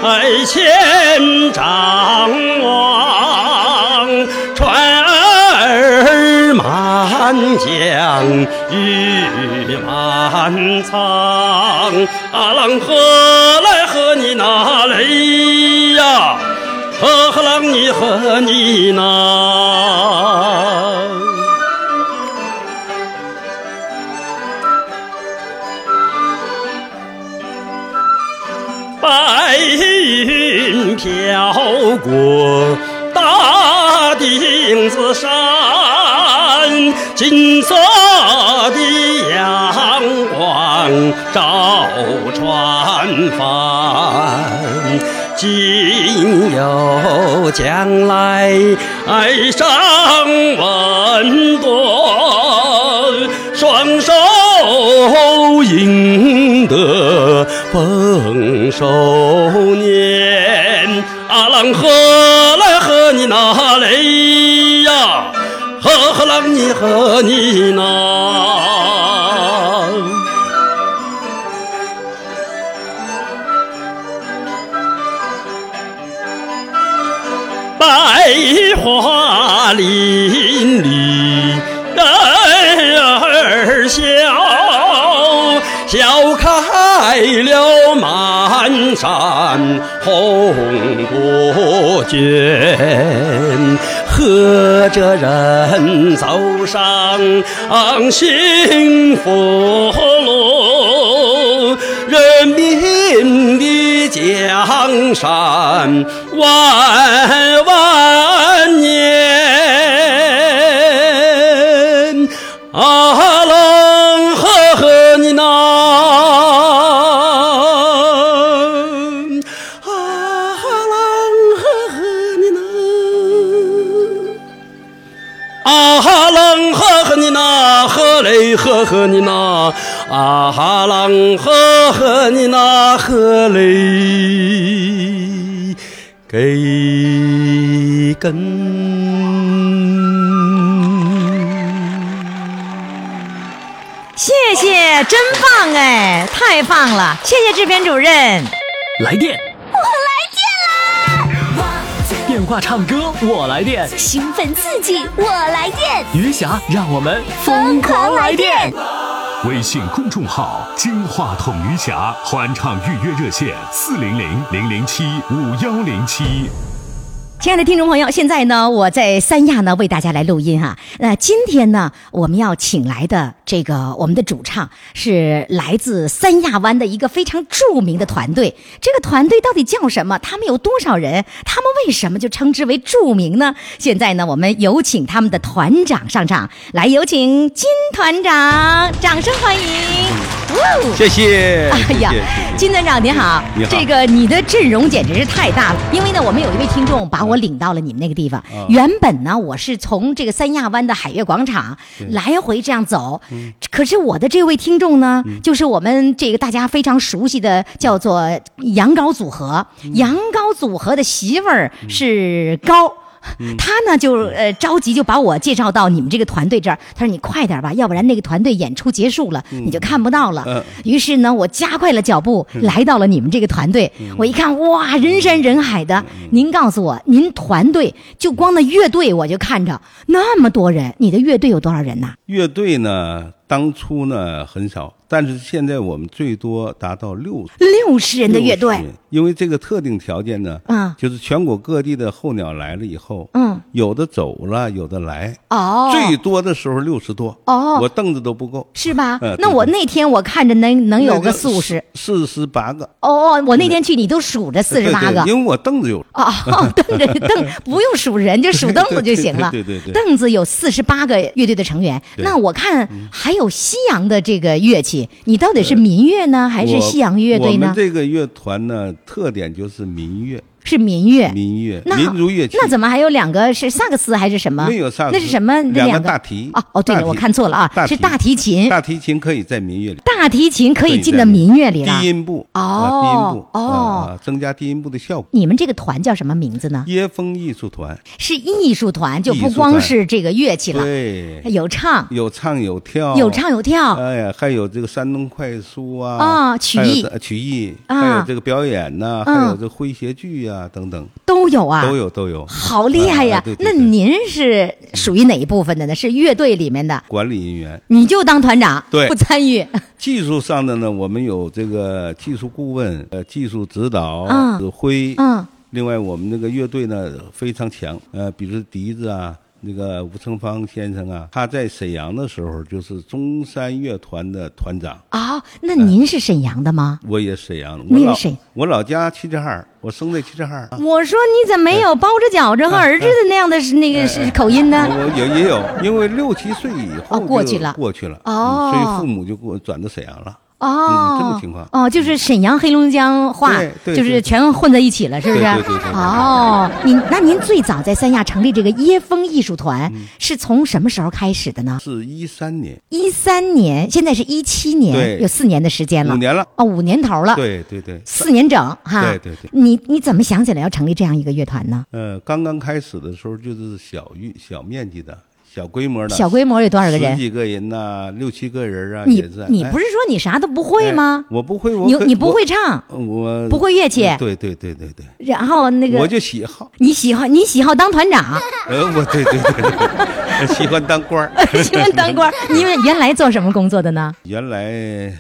Speaker 9: 哎千丈望，船儿满江，鱼满仓，阿郎喝来喝你那嘞呀，喝喝郎你喝你那。白云飘过大顶子山，金色的阳光照船帆。今有将来上温暖，双手赢得丰收年。阿郎喝来喝你那嘞呀，喝喝郎你喝你那。百花林里人儿笑，笑开了满山红不倦。喝着人走上幸福路，人民的江山万万年。阿郎呵呵你那，阿郎呵呵你那，啊哈郎呵呵你那，呵嘞呵呵你那，啊哈郎呵呵你那，呵嘞给根。
Speaker 1: 谢谢，真棒哎，太棒了！谢谢制片主任。
Speaker 7: 来电，电话唱歌我来电，
Speaker 10: 兴奋刺激，我来电，
Speaker 7: 余霞让我们
Speaker 10: 疯狂来电。
Speaker 3: 微信公众号“金话筒余霞”欢唱预约热线：四零零零零七五幺零七。
Speaker 1: 亲爱的听众朋友，现在呢，我在三亚呢为大家来录音啊。那今天呢，我们要请来的这个我们的主唱是来自三亚湾的一个非常著名的团队。这个团队到底叫什么？他们有多少人？他们为什么就称之为著名呢？现在呢，我们有请他们的团长上场，来有请金团长，掌声欢迎！哦
Speaker 11: 谢谢。
Speaker 1: 哎呀
Speaker 11: 谢谢，
Speaker 1: 金团长您好，
Speaker 11: 你好
Speaker 1: 这个你的阵容简直是太大了，因为呢，我们有一位听众把我领到了你们那个地方。
Speaker 11: 啊
Speaker 1: 原本呢，我是从这个三亚湾的海悦广场来回这样走，
Speaker 11: 嗯
Speaker 1: 可是我的这位听众呢，就是我们这个大家非常熟悉的叫做羊羔组合，
Speaker 11: 嗯
Speaker 1: 羊羔组合的媳妇儿是高。
Speaker 11: 嗯
Speaker 1: 他呢就呃着急，就把我介绍到你们这个团队这儿。他说：“你快点吧，要不然那个团队演出结束了，
Speaker 11: 嗯
Speaker 1: 你就看不到了。
Speaker 11: 嗯
Speaker 1: 于是呢，我加快了脚步，
Speaker 11: 嗯
Speaker 1: 来到了你们这个团队。我一看，哇，人山人海的。
Speaker 11: 嗯
Speaker 1: 您告诉我，您团队就光那乐队，我就看着那么多人，你的乐队有多少人呐、
Speaker 11: 乐队呢，当初呢很少，但是现在我们最多达到六
Speaker 1: 六十人的乐队
Speaker 11: 60人因为这个特定条件呢，
Speaker 1: 啊
Speaker 11: 就是全国各地的候鸟来了以后，
Speaker 1: 嗯
Speaker 11: 有的走了，有的来，
Speaker 1: 哦
Speaker 11: 最多的时候六十多，
Speaker 1: 哦
Speaker 11: 我凳子都不够，
Speaker 1: 是吧
Speaker 11: 呃？
Speaker 1: 那我那天我看着能能有个四五十。，
Speaker 11: 四十八个，
Speaker 1: 哦哦，我那天去你都数着四十八
Speaker 11: 对
Speaker 1: 个
Speaker 11: 对。因为我凳子有，
Speaker 1: 哦， 哦凳子凳不用数人，就数凳子就行了。
Speaker 11: 对对对对对
Speaker 1: 凳子有四十八个乐队的成员。
Speaker 11: 对嗯
Speaker 1: 那我看还有西洋的这个乐器，你到底是民乐呢，还是
Speaker 11: 我
Speaker 1: 西洋乐队
Speaker 11: 我
Speaker 1: 呢
Speaker 11: 们？这个乐团呢，特点就是民乐，
Speaker 1: 是民乐。
Speaker 11: 民乐，
Speaker 1: 那
Speaker 11: 民族乐器。
Speaker 1: 那怎么还有两个是萨克斯还是什么？
Speaker 11: 没有萨克斯
Speaker 1: 那是什么？那
Speaker 11: 两
Speaker 1: 两
Speaker 11: 个大提
Speaker 1: 哦哦，对
Speaker 11: 大
Speaker 1: 了，
Speaker 11: 提
Speaker 1: 我看错了啊，
Speaker 11: 大
Speaker 1: 是
Speaker 11: 提
Speaker 1: 大提琴。
Speaker 11: 大提琴可以在民乐里，
Speaker 1: 大提琴可以进到
Speaker 11: 可以在
Speaker 1: 民乐里了。
Speaker 11: 低音部啊低音
Speaker 1: 哦
Speaker 11: 部
Speaker 1: 哦啊
Speaker 11: 啊，，增加低音部的效果。
Speaker 1: 你们这个团叫什么名字呢？
Speaker 11: 椰风艺术团，
Speaker 1: 是艺术团，就
Speaker 11: 艺
Speaker 1: 不
Speaker 11: 术
Speaker 1: 光
Speaker 11: 团
Speaker 1: 是这个乐器了，
Speaker 11: 对，
Speaker 1: 有唱
Speaker 11: 有唱有跳，
Speaker 1: 有唱有跳
Speaker 11: 哎呀，还有这个山东快书啊，
Speaker 1: 啊曲
Speaker 11: 还有
Speaker 1: 艺
Speaker 11: 这曲艺，
Speaker 1: 啊
Speaker 11: 还有这个表演呐，
Speaker 1: 嗯
Speaker 11: 还有这诙谐剧啊等等，
Speaker 1: 都有啊，
Speaker 11: 都有都有，
Speaker 1: 好厉害呀！
Speaker 11: 啊对对
Speaker 1: 那您是属于哪一部分的呢？是乐队里面的，
Speaker 11: 管理人员。
Speaker 1: 你就当团长，
Speaker 11: 对
Speaker 1: 不参 与。
Speaker 11: 技术上的呢，我们有这个技术顾问、呃，技术指导、
Speaker 1: 嗯
Speaker 11: 指挥。
Speaker 1: 嗯，
Speaker 11: 另外我们那个乐队呢非常强，呃，比如说笛子啊，那个吴成芳先生啊，他在沈阳的时候就是中山乐团的团长。
Speaker 1: 啊、那您是沈阳的吗？
Speaker 11: 我也沈阳的，
Speaker 1: 你嗯
Speaker 11: 我
Speaker 1: 是
Speaker 11: 老
Speaker 1: 谁
Speaker 11: 我老家齐齐哈尔，我生在齐齐哈尔。
Speaker 1: 我说你怎么没有包着饺子和儿子的那样的是那个是口音呢？
Speaker 11: 哎我也也有，因为六七岁以后
Speaker 1: 哦过
Speaker 11: 就
Speaker 1: 去了
Speaker 11: 过去了，
Speaker 1: 哦
Speaker 11: 嗯所以父母就给我转到沈阳了。
Speaker 1: 哦
Speaker 11: 嗯，这种情况
Speaker 1: 哦，就是沈阳、黑龙江话
Speaker 11: 对，对
Speaker 1: 就是
Speaker 11: 对
Speaker 1: 全混在一起了，是不是？
Speaker 11: 对对对对对
Speaker 1: 哦，您那您最早在三亚成立这个椰风艺术团、是从什么时候开始的呢？
Speaker 11: 嗯是一三年，
Speaker 1: 一三年，现在是一七年，
Speaker 11: 对
Speaker 1: 有四年的时间了，
Speaker 11: 五年了
Speaker 1: 哦，五年头了，
Speaker 11: 对对对，
Speaker 1: 四年整哈。
Speaker 11: 对对对
Speaker 1: 你你怎么想起来要成立这样一个乐团呢？
Speaker 11: 呃，刚刚开始的时候就是小运小面积的、小规模的，
Speaker 1: 小规模有多少个人
Speaker 11: 十几个人呐、六七个人啊，哎嗯
Speaker 1: 你
Speaker 11: 也是。
Speaker 1: 你
Speaker 11: 哎
Speaker 1: 不是说你啥都不会吗？
Speaker 11: 我不会，我
Speaker 1: 你
Speaker 11: 可
Speaker 1: 你不
Speaker 11: 我
Speaker 1: 会唱，
Speaker 11: 我嗯
Speaker 1: 不会乐器
Speaker 11: 对对对对对，
Speaker 1: 然后那个
Speaker 11: 我就喜好，
Speaker 1: 你喜欢你喜好当团长，
Speaker 11: 呃，我对对对，对喜欢当官儿。
Speaker 1: 喜欢当官儿。你们原来做什么工作的呢？
Speaker 11: 原来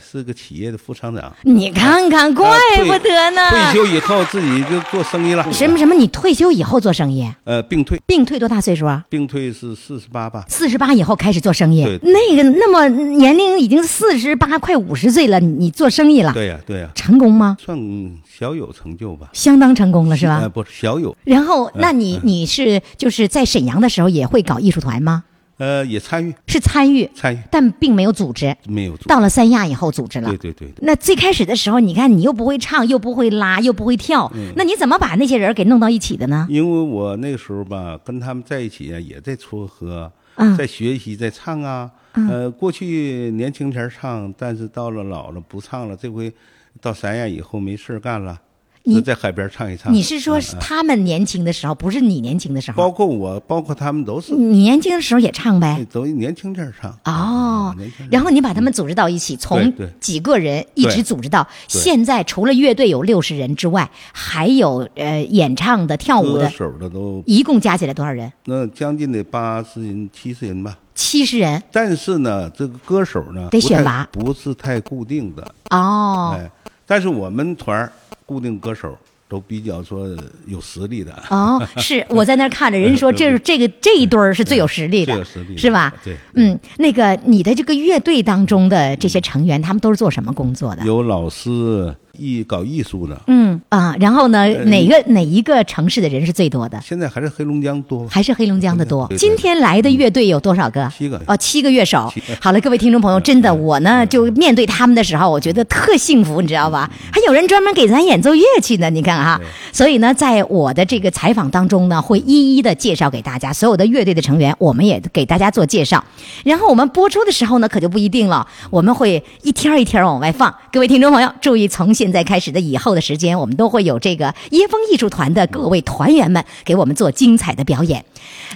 Speaker 11: 是个企业的副厂长，
Speaker 1: 你看看，怪不得呢。
Speaker 11: 啊退休以后自己就做生意了。
Speaker 1: 什么什么？你退休以后做生意？
Speaker 11: 呃，病退，
Speaker 1: 病退多大岁数啊？
Speaker 11: 病退是四十八吧？
Speaker 1: 四十八以后开始做生意
Speaker 11: 对，
Speaker 1: 那个那么年龄已经四十八快五十岁了，你做生意了，
Speaker 11: 对呀、对呀、
Speaker 1: 成功吗？
Speaker 11: 算小有成就吧？
Speaker 1: 相当成功了是
Speaker 11: 呃
Speaker 1: 吧？
Speaker 11: 不是小有，
Speaker 1: 然后，
Speaker 11: 嗯
Speaker 1: 那你你是就是在沈阳的时候也会搞艺术团吗？
Speaker 11: 呃，也参与
Speaker 1: 是参与，
Speaker 11: 参与，
Speaker 1: 但并没有组织。
Speaker 11: 没有做。
Speaker 1: 到了三亚以后组织了。
Speaker 11: 对对对对，
Speaker 1: 那最开始的时候，你看你又不会唱，又不会拉，又不会跳，
Speaker 11: 嗯
Speaker 1: 那你怎么把那些人给弄到一起的呢？
Speaker 11: 因为我那时候吧，跟他们在一起啊，也在撮合，
Speaker 1: 嗯
Speaker 11: 在学习，在唱啊。
Speaker 1: 嗯
Speaker 11: 呃，过去年轻前儿唱，但是到了老了不唱了。这回到三亚以后没事儿干了，
Speaker 1: 你
Speaker 11: 就在海边唱一唱。
Speaker 1: 你是说是
Speaker 11: 嗯嗯
Speaker 1: 他们年轻的时候，不是你年轻的时候？
Speaker 11: 包括我，包括他们都是
Speaker 1: 你年轻的时候也唱呗。
Speaker 11: 都年轻劲儿唱。嗯
Speaker 1: 哦
Speaker 11: 年轻人，
Speaker 1: 然后你把他们组织到一起，从
Speaker 11: 对
Speaker 1: 几个人一直
Speaker 11: 对
Speaker 1: 组织到
Speaker 11: 对
Speaker 1: 现在，除了乐队有六十人之外，还有呃演唱的、跳舞
Speaker 11: 歌
Speaker 1: 的，
Speaker 11: 手的都
Speaker 1: 一共加起来多少人？
Speaker 11: 那将近得八十人、七十人吧。
Speaker 1: 七十人
Speaker 11: 但是呢，这个歌手呢，
Speaker 1: 得
Speaker 11: 不太
Speaker 1: 选拔
Speaker 11: 不是太固定的。
Speaker 1: 哦。
Speaker 11: 哎，但是我们团儿固定歌手都比较说有实力的。
Speaker 1: 哦， 是我在那儿看着，人家说这是这个这一对儿是最有实力
Speaker 11: 最
Speaker 1: 的
Speaker 11: 有实力，的
Speaker 1: 是吧？
Speaker 11: 对
Speaker 1: 嗯，那个你的这个乐队当中的这些成员，他们都是做什么工作的？
Speaker 11: 有老师艺搞艺术的，
Speaker 1: 嗯啊，然后呢，
Speaker 11: 呃
Speaker 1: 哪个哪一个城市的人是最多的？
Speaker 11: 现在还是黑龙江多吧。
Speaker 1: 还是黑龙江的多
Speaker 11: 对。对对嗯
Speaker 1: 今天来的乐队有多少个？
Speaker 11: 七个
Speaker 1: 哦，七个乐手
Speaker 11: 七个。嗯
Speaker 1: 好了，各位听众朋友，真的，我呢就面对他们的时候，我觉得特幸福，你知道吧？
Speaker 11: 嗯
Speaker 1: 还有人专门给咱演奏乐器呢，你看啊。所以呢，在我的这个采访当中呢，会一一的介绍给大家所有的乐队的成员，我们也给大家做介绍。然后我们播出的时候呢，可就不一定了，我们会一天儿一天儿往外放。各位听众朋友，注意从现。现在开始的以后的时间，我们都会有这个椰风艺术团的各位团员们给我们做精彩的表演。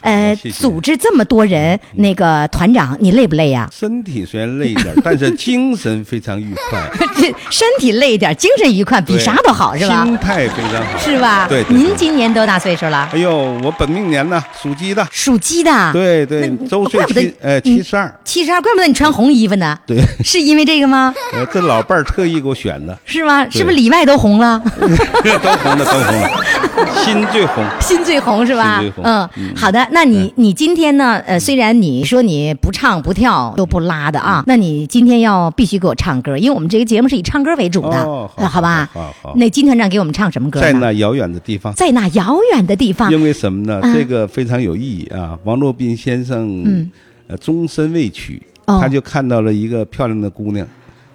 Speaker 1: 呃，组织这么多人，那个团长你累不啊累呀、
Speaker 11: 嗯 身体虽然累一 点，但是精神非常愉快，
Speaker 1: 这身体累一点，精神愉快 比
Speaker 11: 对
Speaker 1: 啥都好，是吧？
Speaker 11: 心态非常好，
Speaker 1: 是吧？
Speaker 11: 对，对
Speaker 1: 您今年多大岁数了？
Speaker 11: 哎呦，我本命年呢，属鸡的，
Speaker 1: 属鸡的
Speaker 11: 对对，周岁
Speaker 1: 怪不得
Speaker 11: 七呃七十二，
Speaker 1: 七十二，怪不得你穿红衣服呢，
Speaker 11: 对，
Speaker 1: 是因为这个吗？
Speaker 11: 呃这老伴儿特意给我选的，
Speaker 1: 是吗？
Speaker 11: 对
Speaker 1: 是不是里外都红 了？
Speaker 11: 都红的都 红了，心最红，
Speaker 1: 心最红是吧
Speaker 11: 心最？红
Speaker 1: 嗯，好的。那你你今天呢？呃，虽然你说你不唱不跳都不拉的
Speaker 11: 嗯
Speaker 1: 啊，那你今天要必须给我唱歌，因为我们这个节目是以唱歌为主的，
Speaker 11: 哦
Speaker 1: 呃好吧？
Speaker 11: 好好。
Speaker 1: 那金团长给我们唱什么歌呢？
Speaker 11: 在那遥远的地方，
Speaker 1: 在那遥远的地方，
Speaker 11: 啊因为什么呢
Speaker 1: 啊？
Speaker 11: 这个非常有意义啊！王洛宾先
Speaker 1: 嗯
Speaker 11: 生，呃，终身未娶，
Speaker 1: 哦
Speaker 11: 他就看到了一个漂亮的姑娘，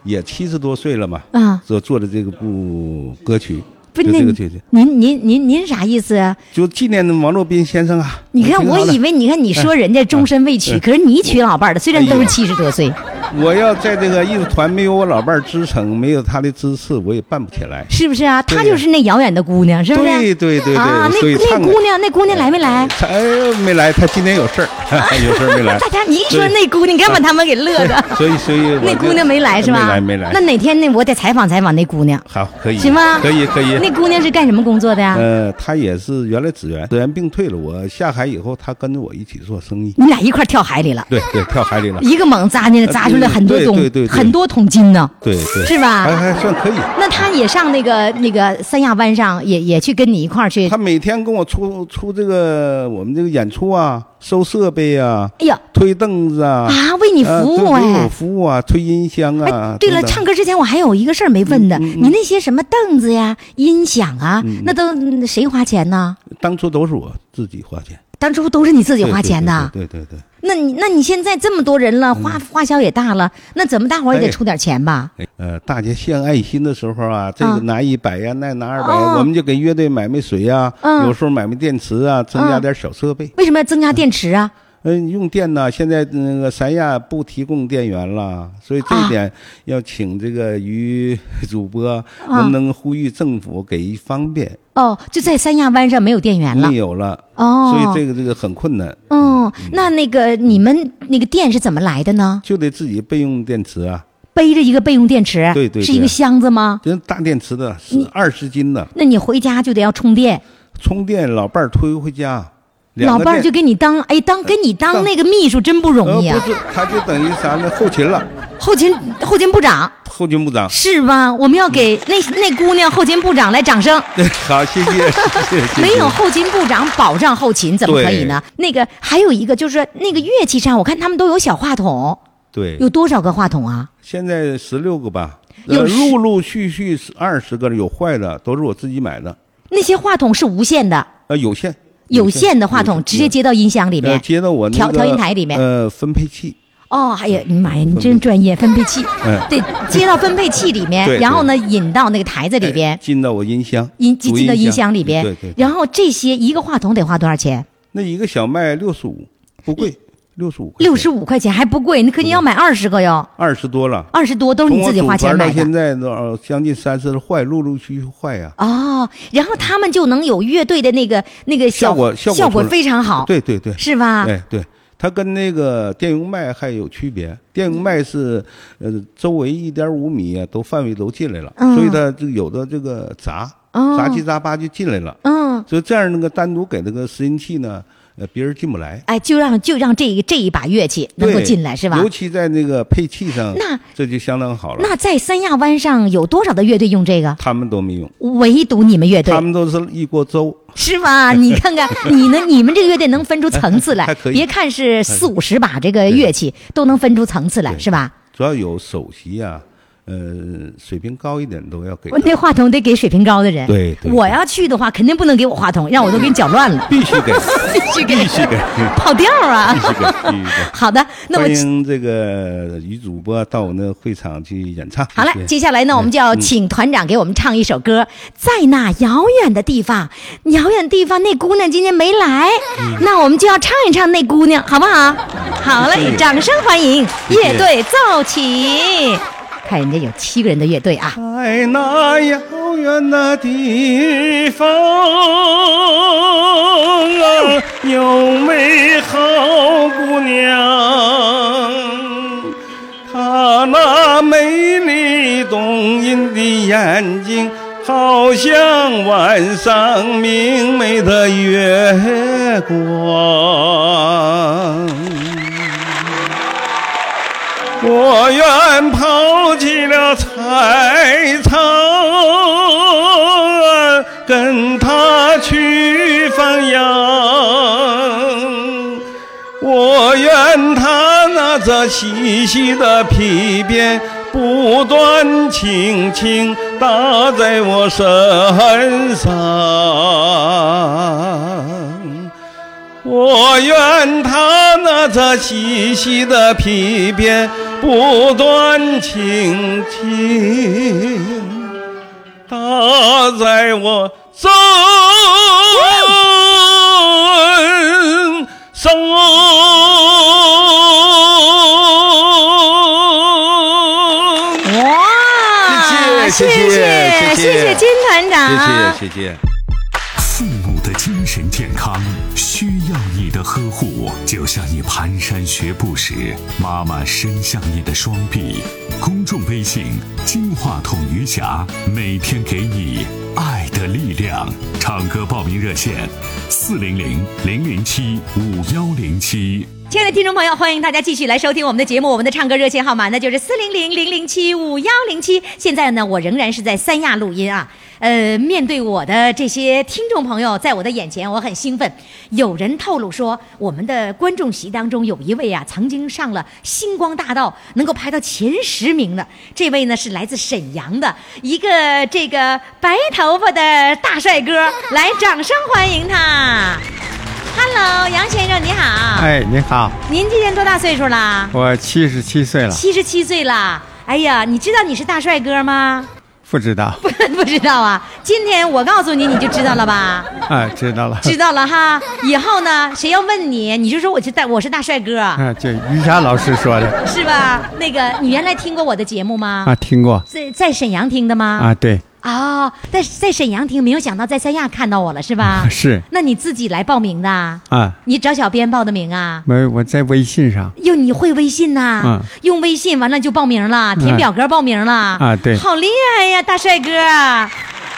Speaker 11: 也七十多岁了嘛，
Speaker 1: 啊
Speaker 11: 所做的这个部歌曲，
Speaker 1: 不
Speaker 11: 就是这个
Speaker 1: 那
Speaker 11: 曲子，
Speaker 1: 您您您您啥意思啊？
Speaker 11: 就纪念王洛宾先生啊。
Speaker 1: 你看，
Speaker 11: 挺好
Speaker 1: 我
Speaker 11: 的
Speaker 1: 以为你看你说人家终身未娶，
Speaker 11: 嗯
Speaker 1: 可是你娶老伴儿的，虽然都
Speaker 11: 哎
Speaker 1: 是
Speaker 11: 呀
Speaker 1: 七十多岁，
Speaker 11: 我要在这个艺术团没有我老伴儿支撑，没有他的支持，我也办不起来。
Speaker 1: 是不是啊？
Speaker 11: 对
Speaker 1: 她就是那遥远的姑娘，是不是？
Speaker 11: 对对对对
Speaker 1: 啊，那
Speaker 11: 所以
Speaker 1: 那
Speaker 11: 唱
Speaker 1: 姑娘，那姑娘来没来？
Speaker 11: 他哎呦没来，他今天有事儿，
Speaker 1: 哎
Speaker 11: 有事儿没来。
Speaker 1: 大家你一说
Speaker 11: 对
Speaker 1: 那姑娘，你看把他们给乐的。
Speaker 11: 所以所以我
Speaker 1: 那
Speaker 11: 就
Speaker 1: 姑娘没来是吧？
Speaker 11: 没来没来。
Speaker 1: 那哪天那我得采访采访那姑娘，
Speaker 11: 好，可以，
Speaker 1: 行吗？
Speaker 11: 可以可以。
Speaker 1: 那姑娘是干什么工作的呀？
Speaker 11: 呃，她也是原来紫园，紫园病退了，我下海以后，她跟着我一起做生意。
Speaker 1: 你俩一块儿跳海里了，
Speaker 11: 对对，跳海里了。
Speaker 1: 一个猛扎进来，
Speaker 11: 嗯呃
Speaker 1: 砸出来很多
Speaker 11: 对
Speaker 1: 桶
Speaker 11: 对对对，
Speaker 1: 很多桶金呢。
Speaker 11: 对对，哎
Speaker 1: 是吧
Speaker 11: 还还算可以。
Speaker 1: 那她也上那个那个三亚湾上，也也去跟你一块儿去
Speaker 11: 她。每天跟我出出这个我们这个演出啊，收设备啊，
Speaker 1: 哎呀，
Speaker 11: 推凳子啊，
Speaker 1: 啊为你
Speaker 11: 呃
Speaker 1: 服
Speaker 11: 对
Speaker 1: 务
Speaker 11: 为
Speaker 1: 哎
Speaker 11: 我服务啊，推音箱啊。
Speaker 1: 对了，
Speaker 11: 等等
Speaker 1: 唱歌之前我还有一个事儿没问的，
Speaker 11: 嗯
Speaker 1: 你那些什么凳子呀、音响啊，那都嗯谁花钱呢？
Speaker 11: 当初都是我自己花钱，
Speaker 1: 当初都是你自
Speaker 11: 自
Speaker 1: 己花钱的。
Speaker 11: 对对对对，对
Speaker 1: 那你那你现在这么多人了，花花销也大了，那怎么大伙儿也得
Speaker 11: 哎
Speaker 1: 出点钱吧？
Speaker 11: 哎呃，大家献爱心的时候啊，这
Speaker 1: 啊
Speaker 11: 个拿一百呀，那拿二百
Speaker 1: 哦
Speaker 11: 呀，我们就给乐队买买水呀，
Speaker 1: 嗯
Speaker 11: 有时候买买电池啊，增加点小设备。
Speaker 1: 为什么要增加电池啊？
Speaker 11: 嗯，用电呢，现在那个三亚不提供电源了，所以这一点要请这个于主
Speaker 1: 啊
Speaker 11: 播能不能呼吁政府给一方便？
Speaker 1: 哦，就在三亚湾上没有电源了
Speaker 11: 没。有了，
Speaker 1: 哦
Speaker 11: 所以这个这个很困难，
Speaker 1: 哦，
Speaker 11: 嗯
Speaker 1: 那那个你们那个电是怎么来的呢？
Speaker 11: 就得自己备用电池啊，
Speaker 1: 背着一个备用电池，
Speaker 11: 对对
Speaker 1: 是一个
Speaker 11: 对
Speaker 1: 箱子吗？
Speaker 11: 人大电池的是二十斤的，
Speaker 1: 那你回家就得要充电，
Speaker 11: 充电老伴儿推回家，两
Speaker 1: 老
Speaker 11: 个
Speaker 1: 伴儿
Speaker 11: 电
Speaker 1: 就给你当哎当给你当那个秘书真不容易
Speaker 11: 呃
Speaker 1: 啊
Speaker 11: 不，是，他就等于啥呢？后勤了，
Speaker 1: 后勤后勤部长
Speaker 11: 后勤部长。
Speaker 1: 是吧？我们要给那那姑娘后勤部长来掌声。
Speaker 11: 对， 好，谢谢，谢谢。谢 谢
Speaker 1: 没有后勤部长保障后勤怎么可以呢？那个还有一个就是说那个乐器上，我看他们都有小话筒，
Speaker 11: 对，
Speaker 1: 有多少个话筒啊？
Speaker 11: 现在十六个吧，
Speaker 1: 有
Speaker 11: 呃
Speaker 1: 十
Speaker 11: 陆陆续续二十个了，有坏的，都是我自己买的，
Speaker 1: 那些话筒是无线的，
Speaker 11: 呃，有线，
Speaker 1: 有线的话筒直接接到音箱里
Speaker 11: 呃，
Speaker 1: 面。
Speaker 11: 接到我那
Speaker 1: 调
Speaker 11: 个
Speaker 1: 调音台里面
Speaker 11: 呃，分配器，
Speaker 1: 哦，哎呀，你妈呀，你真专业！分配器
Speaker 11: 哎，
Speaker 1: 对，接到分配器里面，
Speaker 11: 对
Speaker 1: 然后呢，引到那个台子里边，
Speaker 11: 哎进到我音箱，
Speaker 1: 音
Speaker 11: 主
Speaker 1: 进到音
Speaker 11: 箱
Speaker 1: 箱里边
Speaker 11: 对对，对，
Speaker 1: 然后这些一个话筒得花多少钱？
Speaker 11: 那一个小麦六十五，不贵，六十五，
Speaker 1: 六十五块钱还不贵，那可你要买二十个哟，
Speaker 11: 二十多了，
Speaker 1: 二十多都是
Speaker 11: 从
Speaker 1: 你
Speaker 11: 我
Speaker 1: 自己
Speaker 11: 组
Speaker 1: 花钱
Speaker 11: 团
Speaker 1: 买
Speaker 11: 到现
Speaker 1: 的。
Speaker 11: 在都呃将近三十了，坏，陆陆续续坏呀、
Speaker 1: 哦，然后他们就能有乐队的那个那个小
Speaker 11: 效果
Speaker 1: 效
Speaker 11: 效果出来
Speaker 1: 非常好，
Speaker 11: 对对对，
Speaker 1: 是吧？
Speaker 11: 哎，对，它跟那个电容麦还有区别。电容麦是，呃，周围一点五米啊，都范围都进来了，
Speaker 1: 嗯
Speaker 11: 所以它就有的这个杂，
Speaker 1: 哦
Speaker 11: 杂七杂八就进来了。
Speaker 1: 嗯，
Speaker 11: 所以这样那个单独给那个拾音器呢，呃，别人进不来，
Speaker 1: 哎，就让就让这一这一把乐器能够
Speaker 11: 对
Speaker 1: 进来是吧？
Speaker 11: 尤其在那个配器上，
Speaker 1: 那
Speaker 11: 这就相当好了。
Speaker 1: 那在三亚湾上有多少的乐队用这个？
Speaker 11: 他们都没用，
Speaker 1: 唯独你们乐队
Speaker 11: 他们都是一锅粥。
Speaker 1: 是吧？你看看，你呢？你们这个乐队能分出层次来
Speaker 11: 还，可以
Speaker 1: 别看是四五十把这个乐器，都能分出层次来，是吧？
Speaker 11: 主要有首席啊，呃，水平高一点都要给
Speaker 1: 我。那话筒得给水平高的人。
Speaker 11: 对对
Speaker 1: 我要去的话，肯定不能给我话筒，让我都给你搅乱了，
Speaker 11: 必须给，
Speaker 1: 必须给
Speaker 11: 必须给，
Speaker 1: 跑调啊
Speaker 11: 必！须给，必须给。
Speaker 1: 好的，那我
Speaker 11: 欢迎这个女主播到我那会场去演唱。
Speaker 1: 好了，
Speaker 11: 谢谢嗯
Speaker 1: 接下来呢，我们就要请团长给我们唱一首歌，在那遥远的地方，遥远的地方，那姑娘今天没来，
Speaker 11: 嗯
Speaker 1: 那我们就要唱一唱那姑娘，好不好？好
Speaker 6: 谢
Speaker 1: 嘞，
Speaker 6: 谢
Speaker 1: 掌声欢迎
Speaker 6: 谢谢
Speaker 1: 乐队奏起。看人家有七个人的乐队
Speaker 11: 嗯
Speaker 1: 啊。
Speaker 12: 在那遥远的地方啊，有美好姑娘，她那美丽动人的眼睛，好像晚上明媚的月光。我愿抛弃了柴草，跟他去放羊。我愿他拿着细细的皮鞭，不断轻轻打在我身上。我愿他拿着细细的皮鞭，不断轻轻打在我身上。
Speaker 1: 哇，
Speaker 11: 谢谢
Speaker 1: 谢
Speaker 11: 谢谢谢谢
Speaker 1: 金团长，
Speaker 11: 谢谢谢谢。
Speaker 3: 父母的精神健康需要你的呵护，就像你蹒跚学步时，妈妈伸向你的双臂。公众微信“金话筒余霞”，每天给你爱的力量。唱歌报名热线：四零零零零七五幺零七。
Speaker 1: 亲爱的听众朋友，欢迎大家继续来收听我们的节目。我们的唱歌热线号码呢就是四零零零零七五幺零七。现在呢，我仍然是在三亚录音啊。呃，面对我的这些听众朋友，在我的眼前，我很兴奋。有人透露说，我们的观众席当中有一位啊，曾经上了星光大道，能够排到前十名的。这位呢是来自沈阳的一个这个白头发的大帅哥，来，掌声欢迎他。Hello，杨先生你好。
Speaker 13: 哎，你好，
Speaker 1: 您今年多大岁数啦？
Speaker 13: 我七十七岁了，
Speaker 1: 七十七岁啦！哎呀，你知道你是大帅哥吗？
Speaker 13: 不知道
Speaker 1: 不，不知道啊。今天我告诉你，你就知道了 吧？
Speaker 13: 啊，知道了，
Speaker 1: 知道了哈。以后呢，谁要问你，你就说我是大我是大帅哥，
Speaker 13: 啊，就于霞老师说的
Speaker 1: 是吧？那个，你原来听过我的节目吗？
Speaker 13: 啊，听过
Speaker 1: 在在沈阳听的吗？
Speaker 13: 啊，对，
Speaker 1: 哦，但是在沈阳听，没有想到在三亚看到我了，是吧？
Speaker 13: 是
Speaker 1: 那你自己来报名的？
Speaker 13: 啊，
Speaker 1: 你找小编报的名啊？
Speaker 13: 没有，我在微信上
Speaker 1: 哟，你会微信呐、
Speaker 13: 嗯
Speaker 1: 用微信完了就报名了，填表格报名了。
Speaker 13: 哎啊对
Speaker 1: 好厉害呀，大帅哥！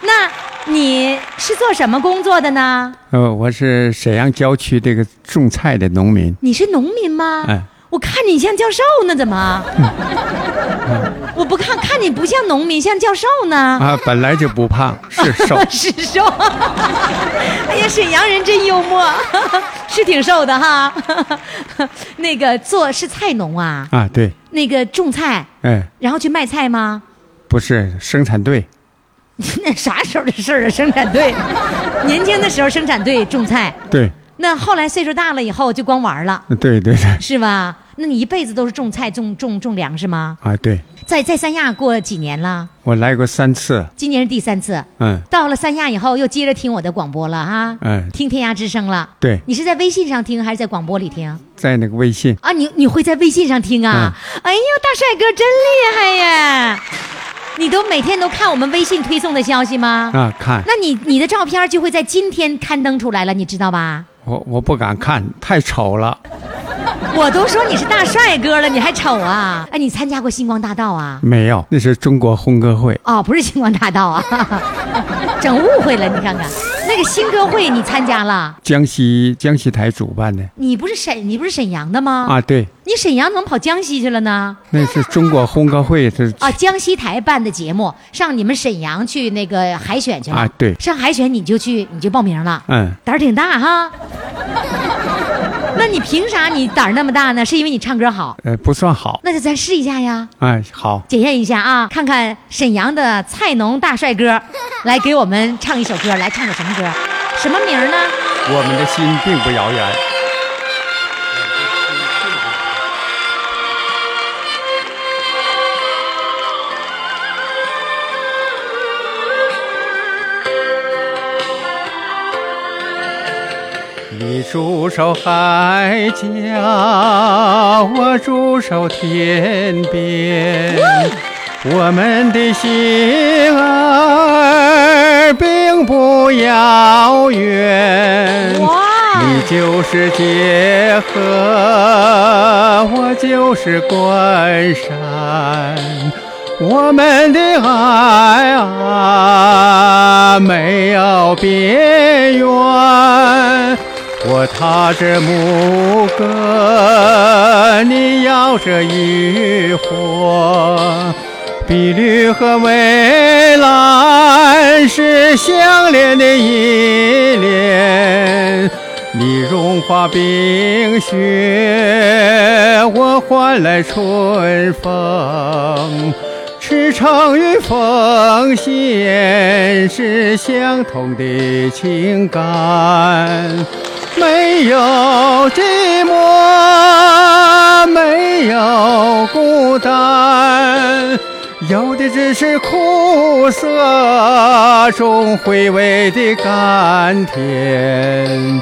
Speaker 1: 那你是做什么工作的呢？
Speaker 13: 呃，我是沈阳郊区这个种菜的农民，
Speaker 1: 你是农民吗？
Speaker 13: 哎，嗯
Speaker 1: 我看你像教授呢，怎么？ 我不看看你不像农民，像教授呢。，
Speaker 13: 啊，本来就不胖，是瘦
Speaker 1: 是瘦。 哎呀，沈阳人真幽默， 是挺瘦的哈。 那个做是菜农啊，
Speaker 13: 啊，对，
Speaker 1: 那个种菜，
Speaker 13: 哎，
Speaker 1: 然后去卖菜吗？
Speaker 13: 不是生产队，
Speaker 1: 那啥时候的事儿啊？ 生产队，年轻的时候生产队种菜，
Speaker 13: 对，
Speaker 1: 那后来岁数大了以后就光玩了，
Speaker 13: 对对对，
Speaker 1: 是吧？那你一辈子都是种菜、种种种粮食吗？
Speaker 13: 啊，对，
Speaker 1: 在在三亚过几年了？
Speaker 13: 我来过三次，
Speaker 1: 今年是第三次。
Speaker 13: 嗯，
Speaker 1: 到了三亚以后，又接着听我的广播了哈，
Speaker 13: 嗯
Speaker 1: 听天涯之声了。
Speaker 13: 对，
Speaker 1: 你是在微信上听还是在广播里听？
Speaker 13: 在那个微信，
Speaker 1: 啊，你你会在微信上听啊？哎呦，大帅哥真厉害呀！你都每天都看我们微信推送的消息吗？
Speaker 13: 啊，看
Speaker 1: 那你你的照片就会在今天刊登出来了，你知道吧？
Speaker 13: 我我不敢看，太丑了，
Speaker 1: 我都说你是大帅哥了，你还丑啊？哎，你参加过星光大道啊？
Speaker 13: 没有，那是中国红歌会，
Speaker 1: 哦，不是星光大道啊， 整误会了。你看看那个新歌会，你参加了？
Speaker 13: 江西江西台主办的，
Speaker 1: 你不是沈你不是沈阳的吗？
Speaker 13: 啊，对，
Speaker 1: 你沈阳怎么跑江西去了呢？
Speaker 13: 那是中国红歌会是
Speaker 1: 啊，江西台办的节目，上你们沈阳去那个海选去了。
Speaker 13: 啊对
Speaker 1: 上海选你就去，你就报名了。
Speaker 13: 嗯，
Speaker 1: 胆儿挺大哈。那你凭啥你胆儿那么大呢？是因为你唱歌好？
Speaker 13: 呃，不算好，
Speaker 1: 那就咱试一下呀，
Speaker 13: 哎，好，
Speaker 1: 检验一下啊，看看沈阳的菜农大帅哥来给我们唱一首歌，来唱首什么歌？什么名儿呢？
Speaker 13: 我们的心并不遥远。
Speaker 12: 你驻守海角，我驻守天边。
Speaker 13: 我们的心儿并不遥远，你就是界河，我就是关山，我们的爱啊没有边缘。我踏着牧歌，你摇着渔火，碧绿和蔚蓝是相连的依恋。你融化冰雪，我换来春风。赤诚与奉献是相同的情感，没有寂寞，没有孤单，有的只是苦涩中回味的甘甜。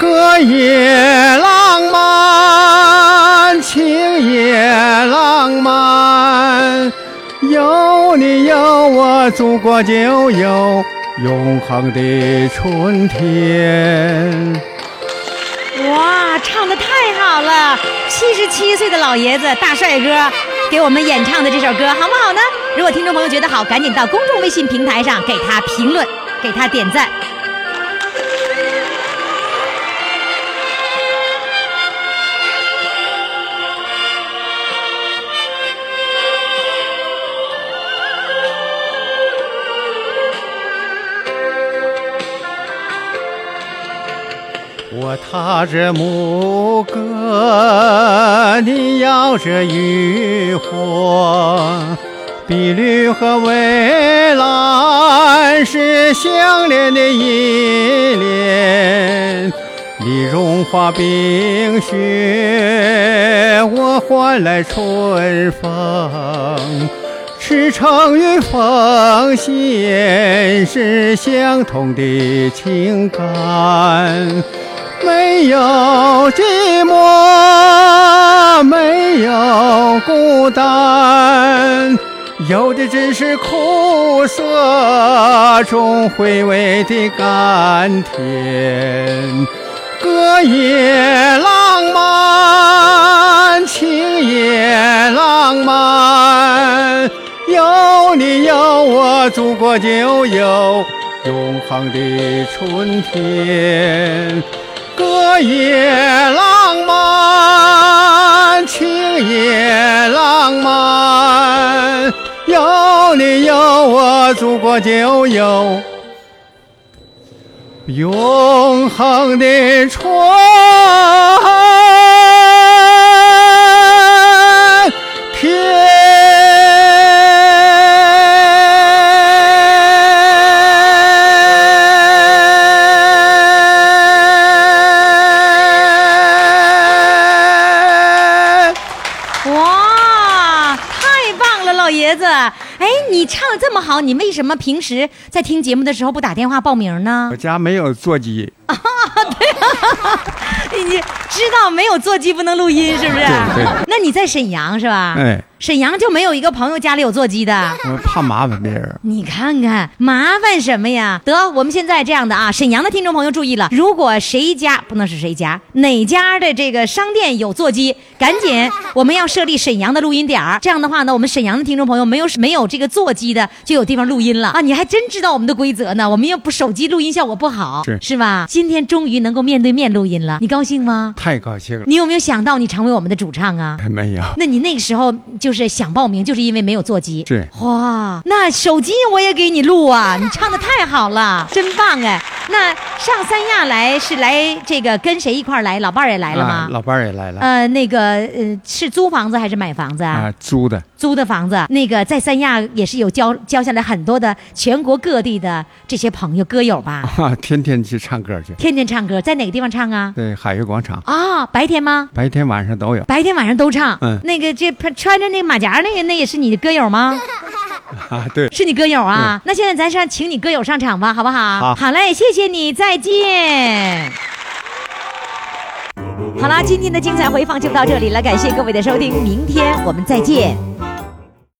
Speaker 13: 歌也浪漫，情也浪漫，有你有我，祖国就有永恒的春天。
Speaker 1: 哇，唱的太好了！七十七岁的老爷子大帅哥给我们演唱的这首歌，好不好呢？如果听众朋友觉得好，赶紧到公众微信平台上给他评论，给他点赞。
Speaker 13: 我踏着牧歌，你摇着渔火，碧绿和蔚蓝是相连的依恋。你融化冰雪，我换来春风。赤诚与奉献是相同的情感，没有寂寞，没有孤单，有的只是苦涩中回味的甘甜。歌也浪漫，情也浪漫，有你有我，祖国就有永恒的春天。歌也浪漫，情也浪漫，有你有我，祖国就有。永恒的春
Speaker 11: 哎
Speaker 13: 天。
Speaker 1: 哇，太棒了，老爷子！哎，你唱的这么好，你为什么平时在听节目的时候不打电话报名呢
Speaker 13: 我？家没有座机，
Speaker 1: 你知道没有座机不能录音是不是
Speaker 13: 对对？
Speaker 1: 那你在沈阳是吧？
Speaker 13: 哎，
Speaker 1: 沈阳就没有一个朋友家里有座机的。
Speaker 13: 我怕麻烦别人。
Speaker 1: 你看看，麻烦什么呀？得，我们现在这样的啊，沈阳的听众朋友注意了，如果谁家不能是谁家，哪家的这个商店有座机，赶 紧，我们要设立沈阳的录音点儿。这样的话呢，我们沈阳的听众朋友没有没有这个座机的，就有地方录音了啊！你还真知道我们的规则呢，我们又不手机录音效果不好，
Speaker 13: 是
Speaker 1: 吧？今天终于能够面对面录音了，你高兴吗？
Speaker 13: 太高兴了。
Speaker 1: 你有没有想到你成为我们的主唱 啊？
Speaker 13: 没有？
Speaker 1: 那你那个时候就是想报名，就是因为没有座机。
Speaker 13: 是
Speaker 1: 哇，那手机我也给你录啊！ 你唱的太好了，真棒哎！那上三亚来是来这个跟谁一块儿来？老伴儿也来了吗？
Speaker 13: 啊老伴儿也来了。
Speaker 1: 呃，那个呃，是租房子还是买房子啊？
Speaker 13: 啊，租的。
Speaker 1: 租的房子，那个在三亚也是有交交下来很多的全国各地的这些朋友歌友吧，
Speaker 13: 啊， 天天去唱歌去，
Speaker 1: 天天唱歌，在哪个地方唱啊？
Speaker 13: 对，海悦广场，
Speaker 1: 啊、白天吗？
Speaker 13: 白天晚上都有。
Speaker 1: 白天晚上都唱。
Speaker 13: 嗯
Speaker 1: 那个这穿着那个马甲那个，那也是你的歌友 吗？
Speaker 13: 啊，对，
Speaker 1: 是你歌友啊？那现在咱上，请你歌友上场吧，好不好？
Speaker 13: 嗯好
Speaker 1: 好嘞，谢谢你，再见。好啦，今天的精彩回放就到这里了，感谢各位的收听，明天我们再见。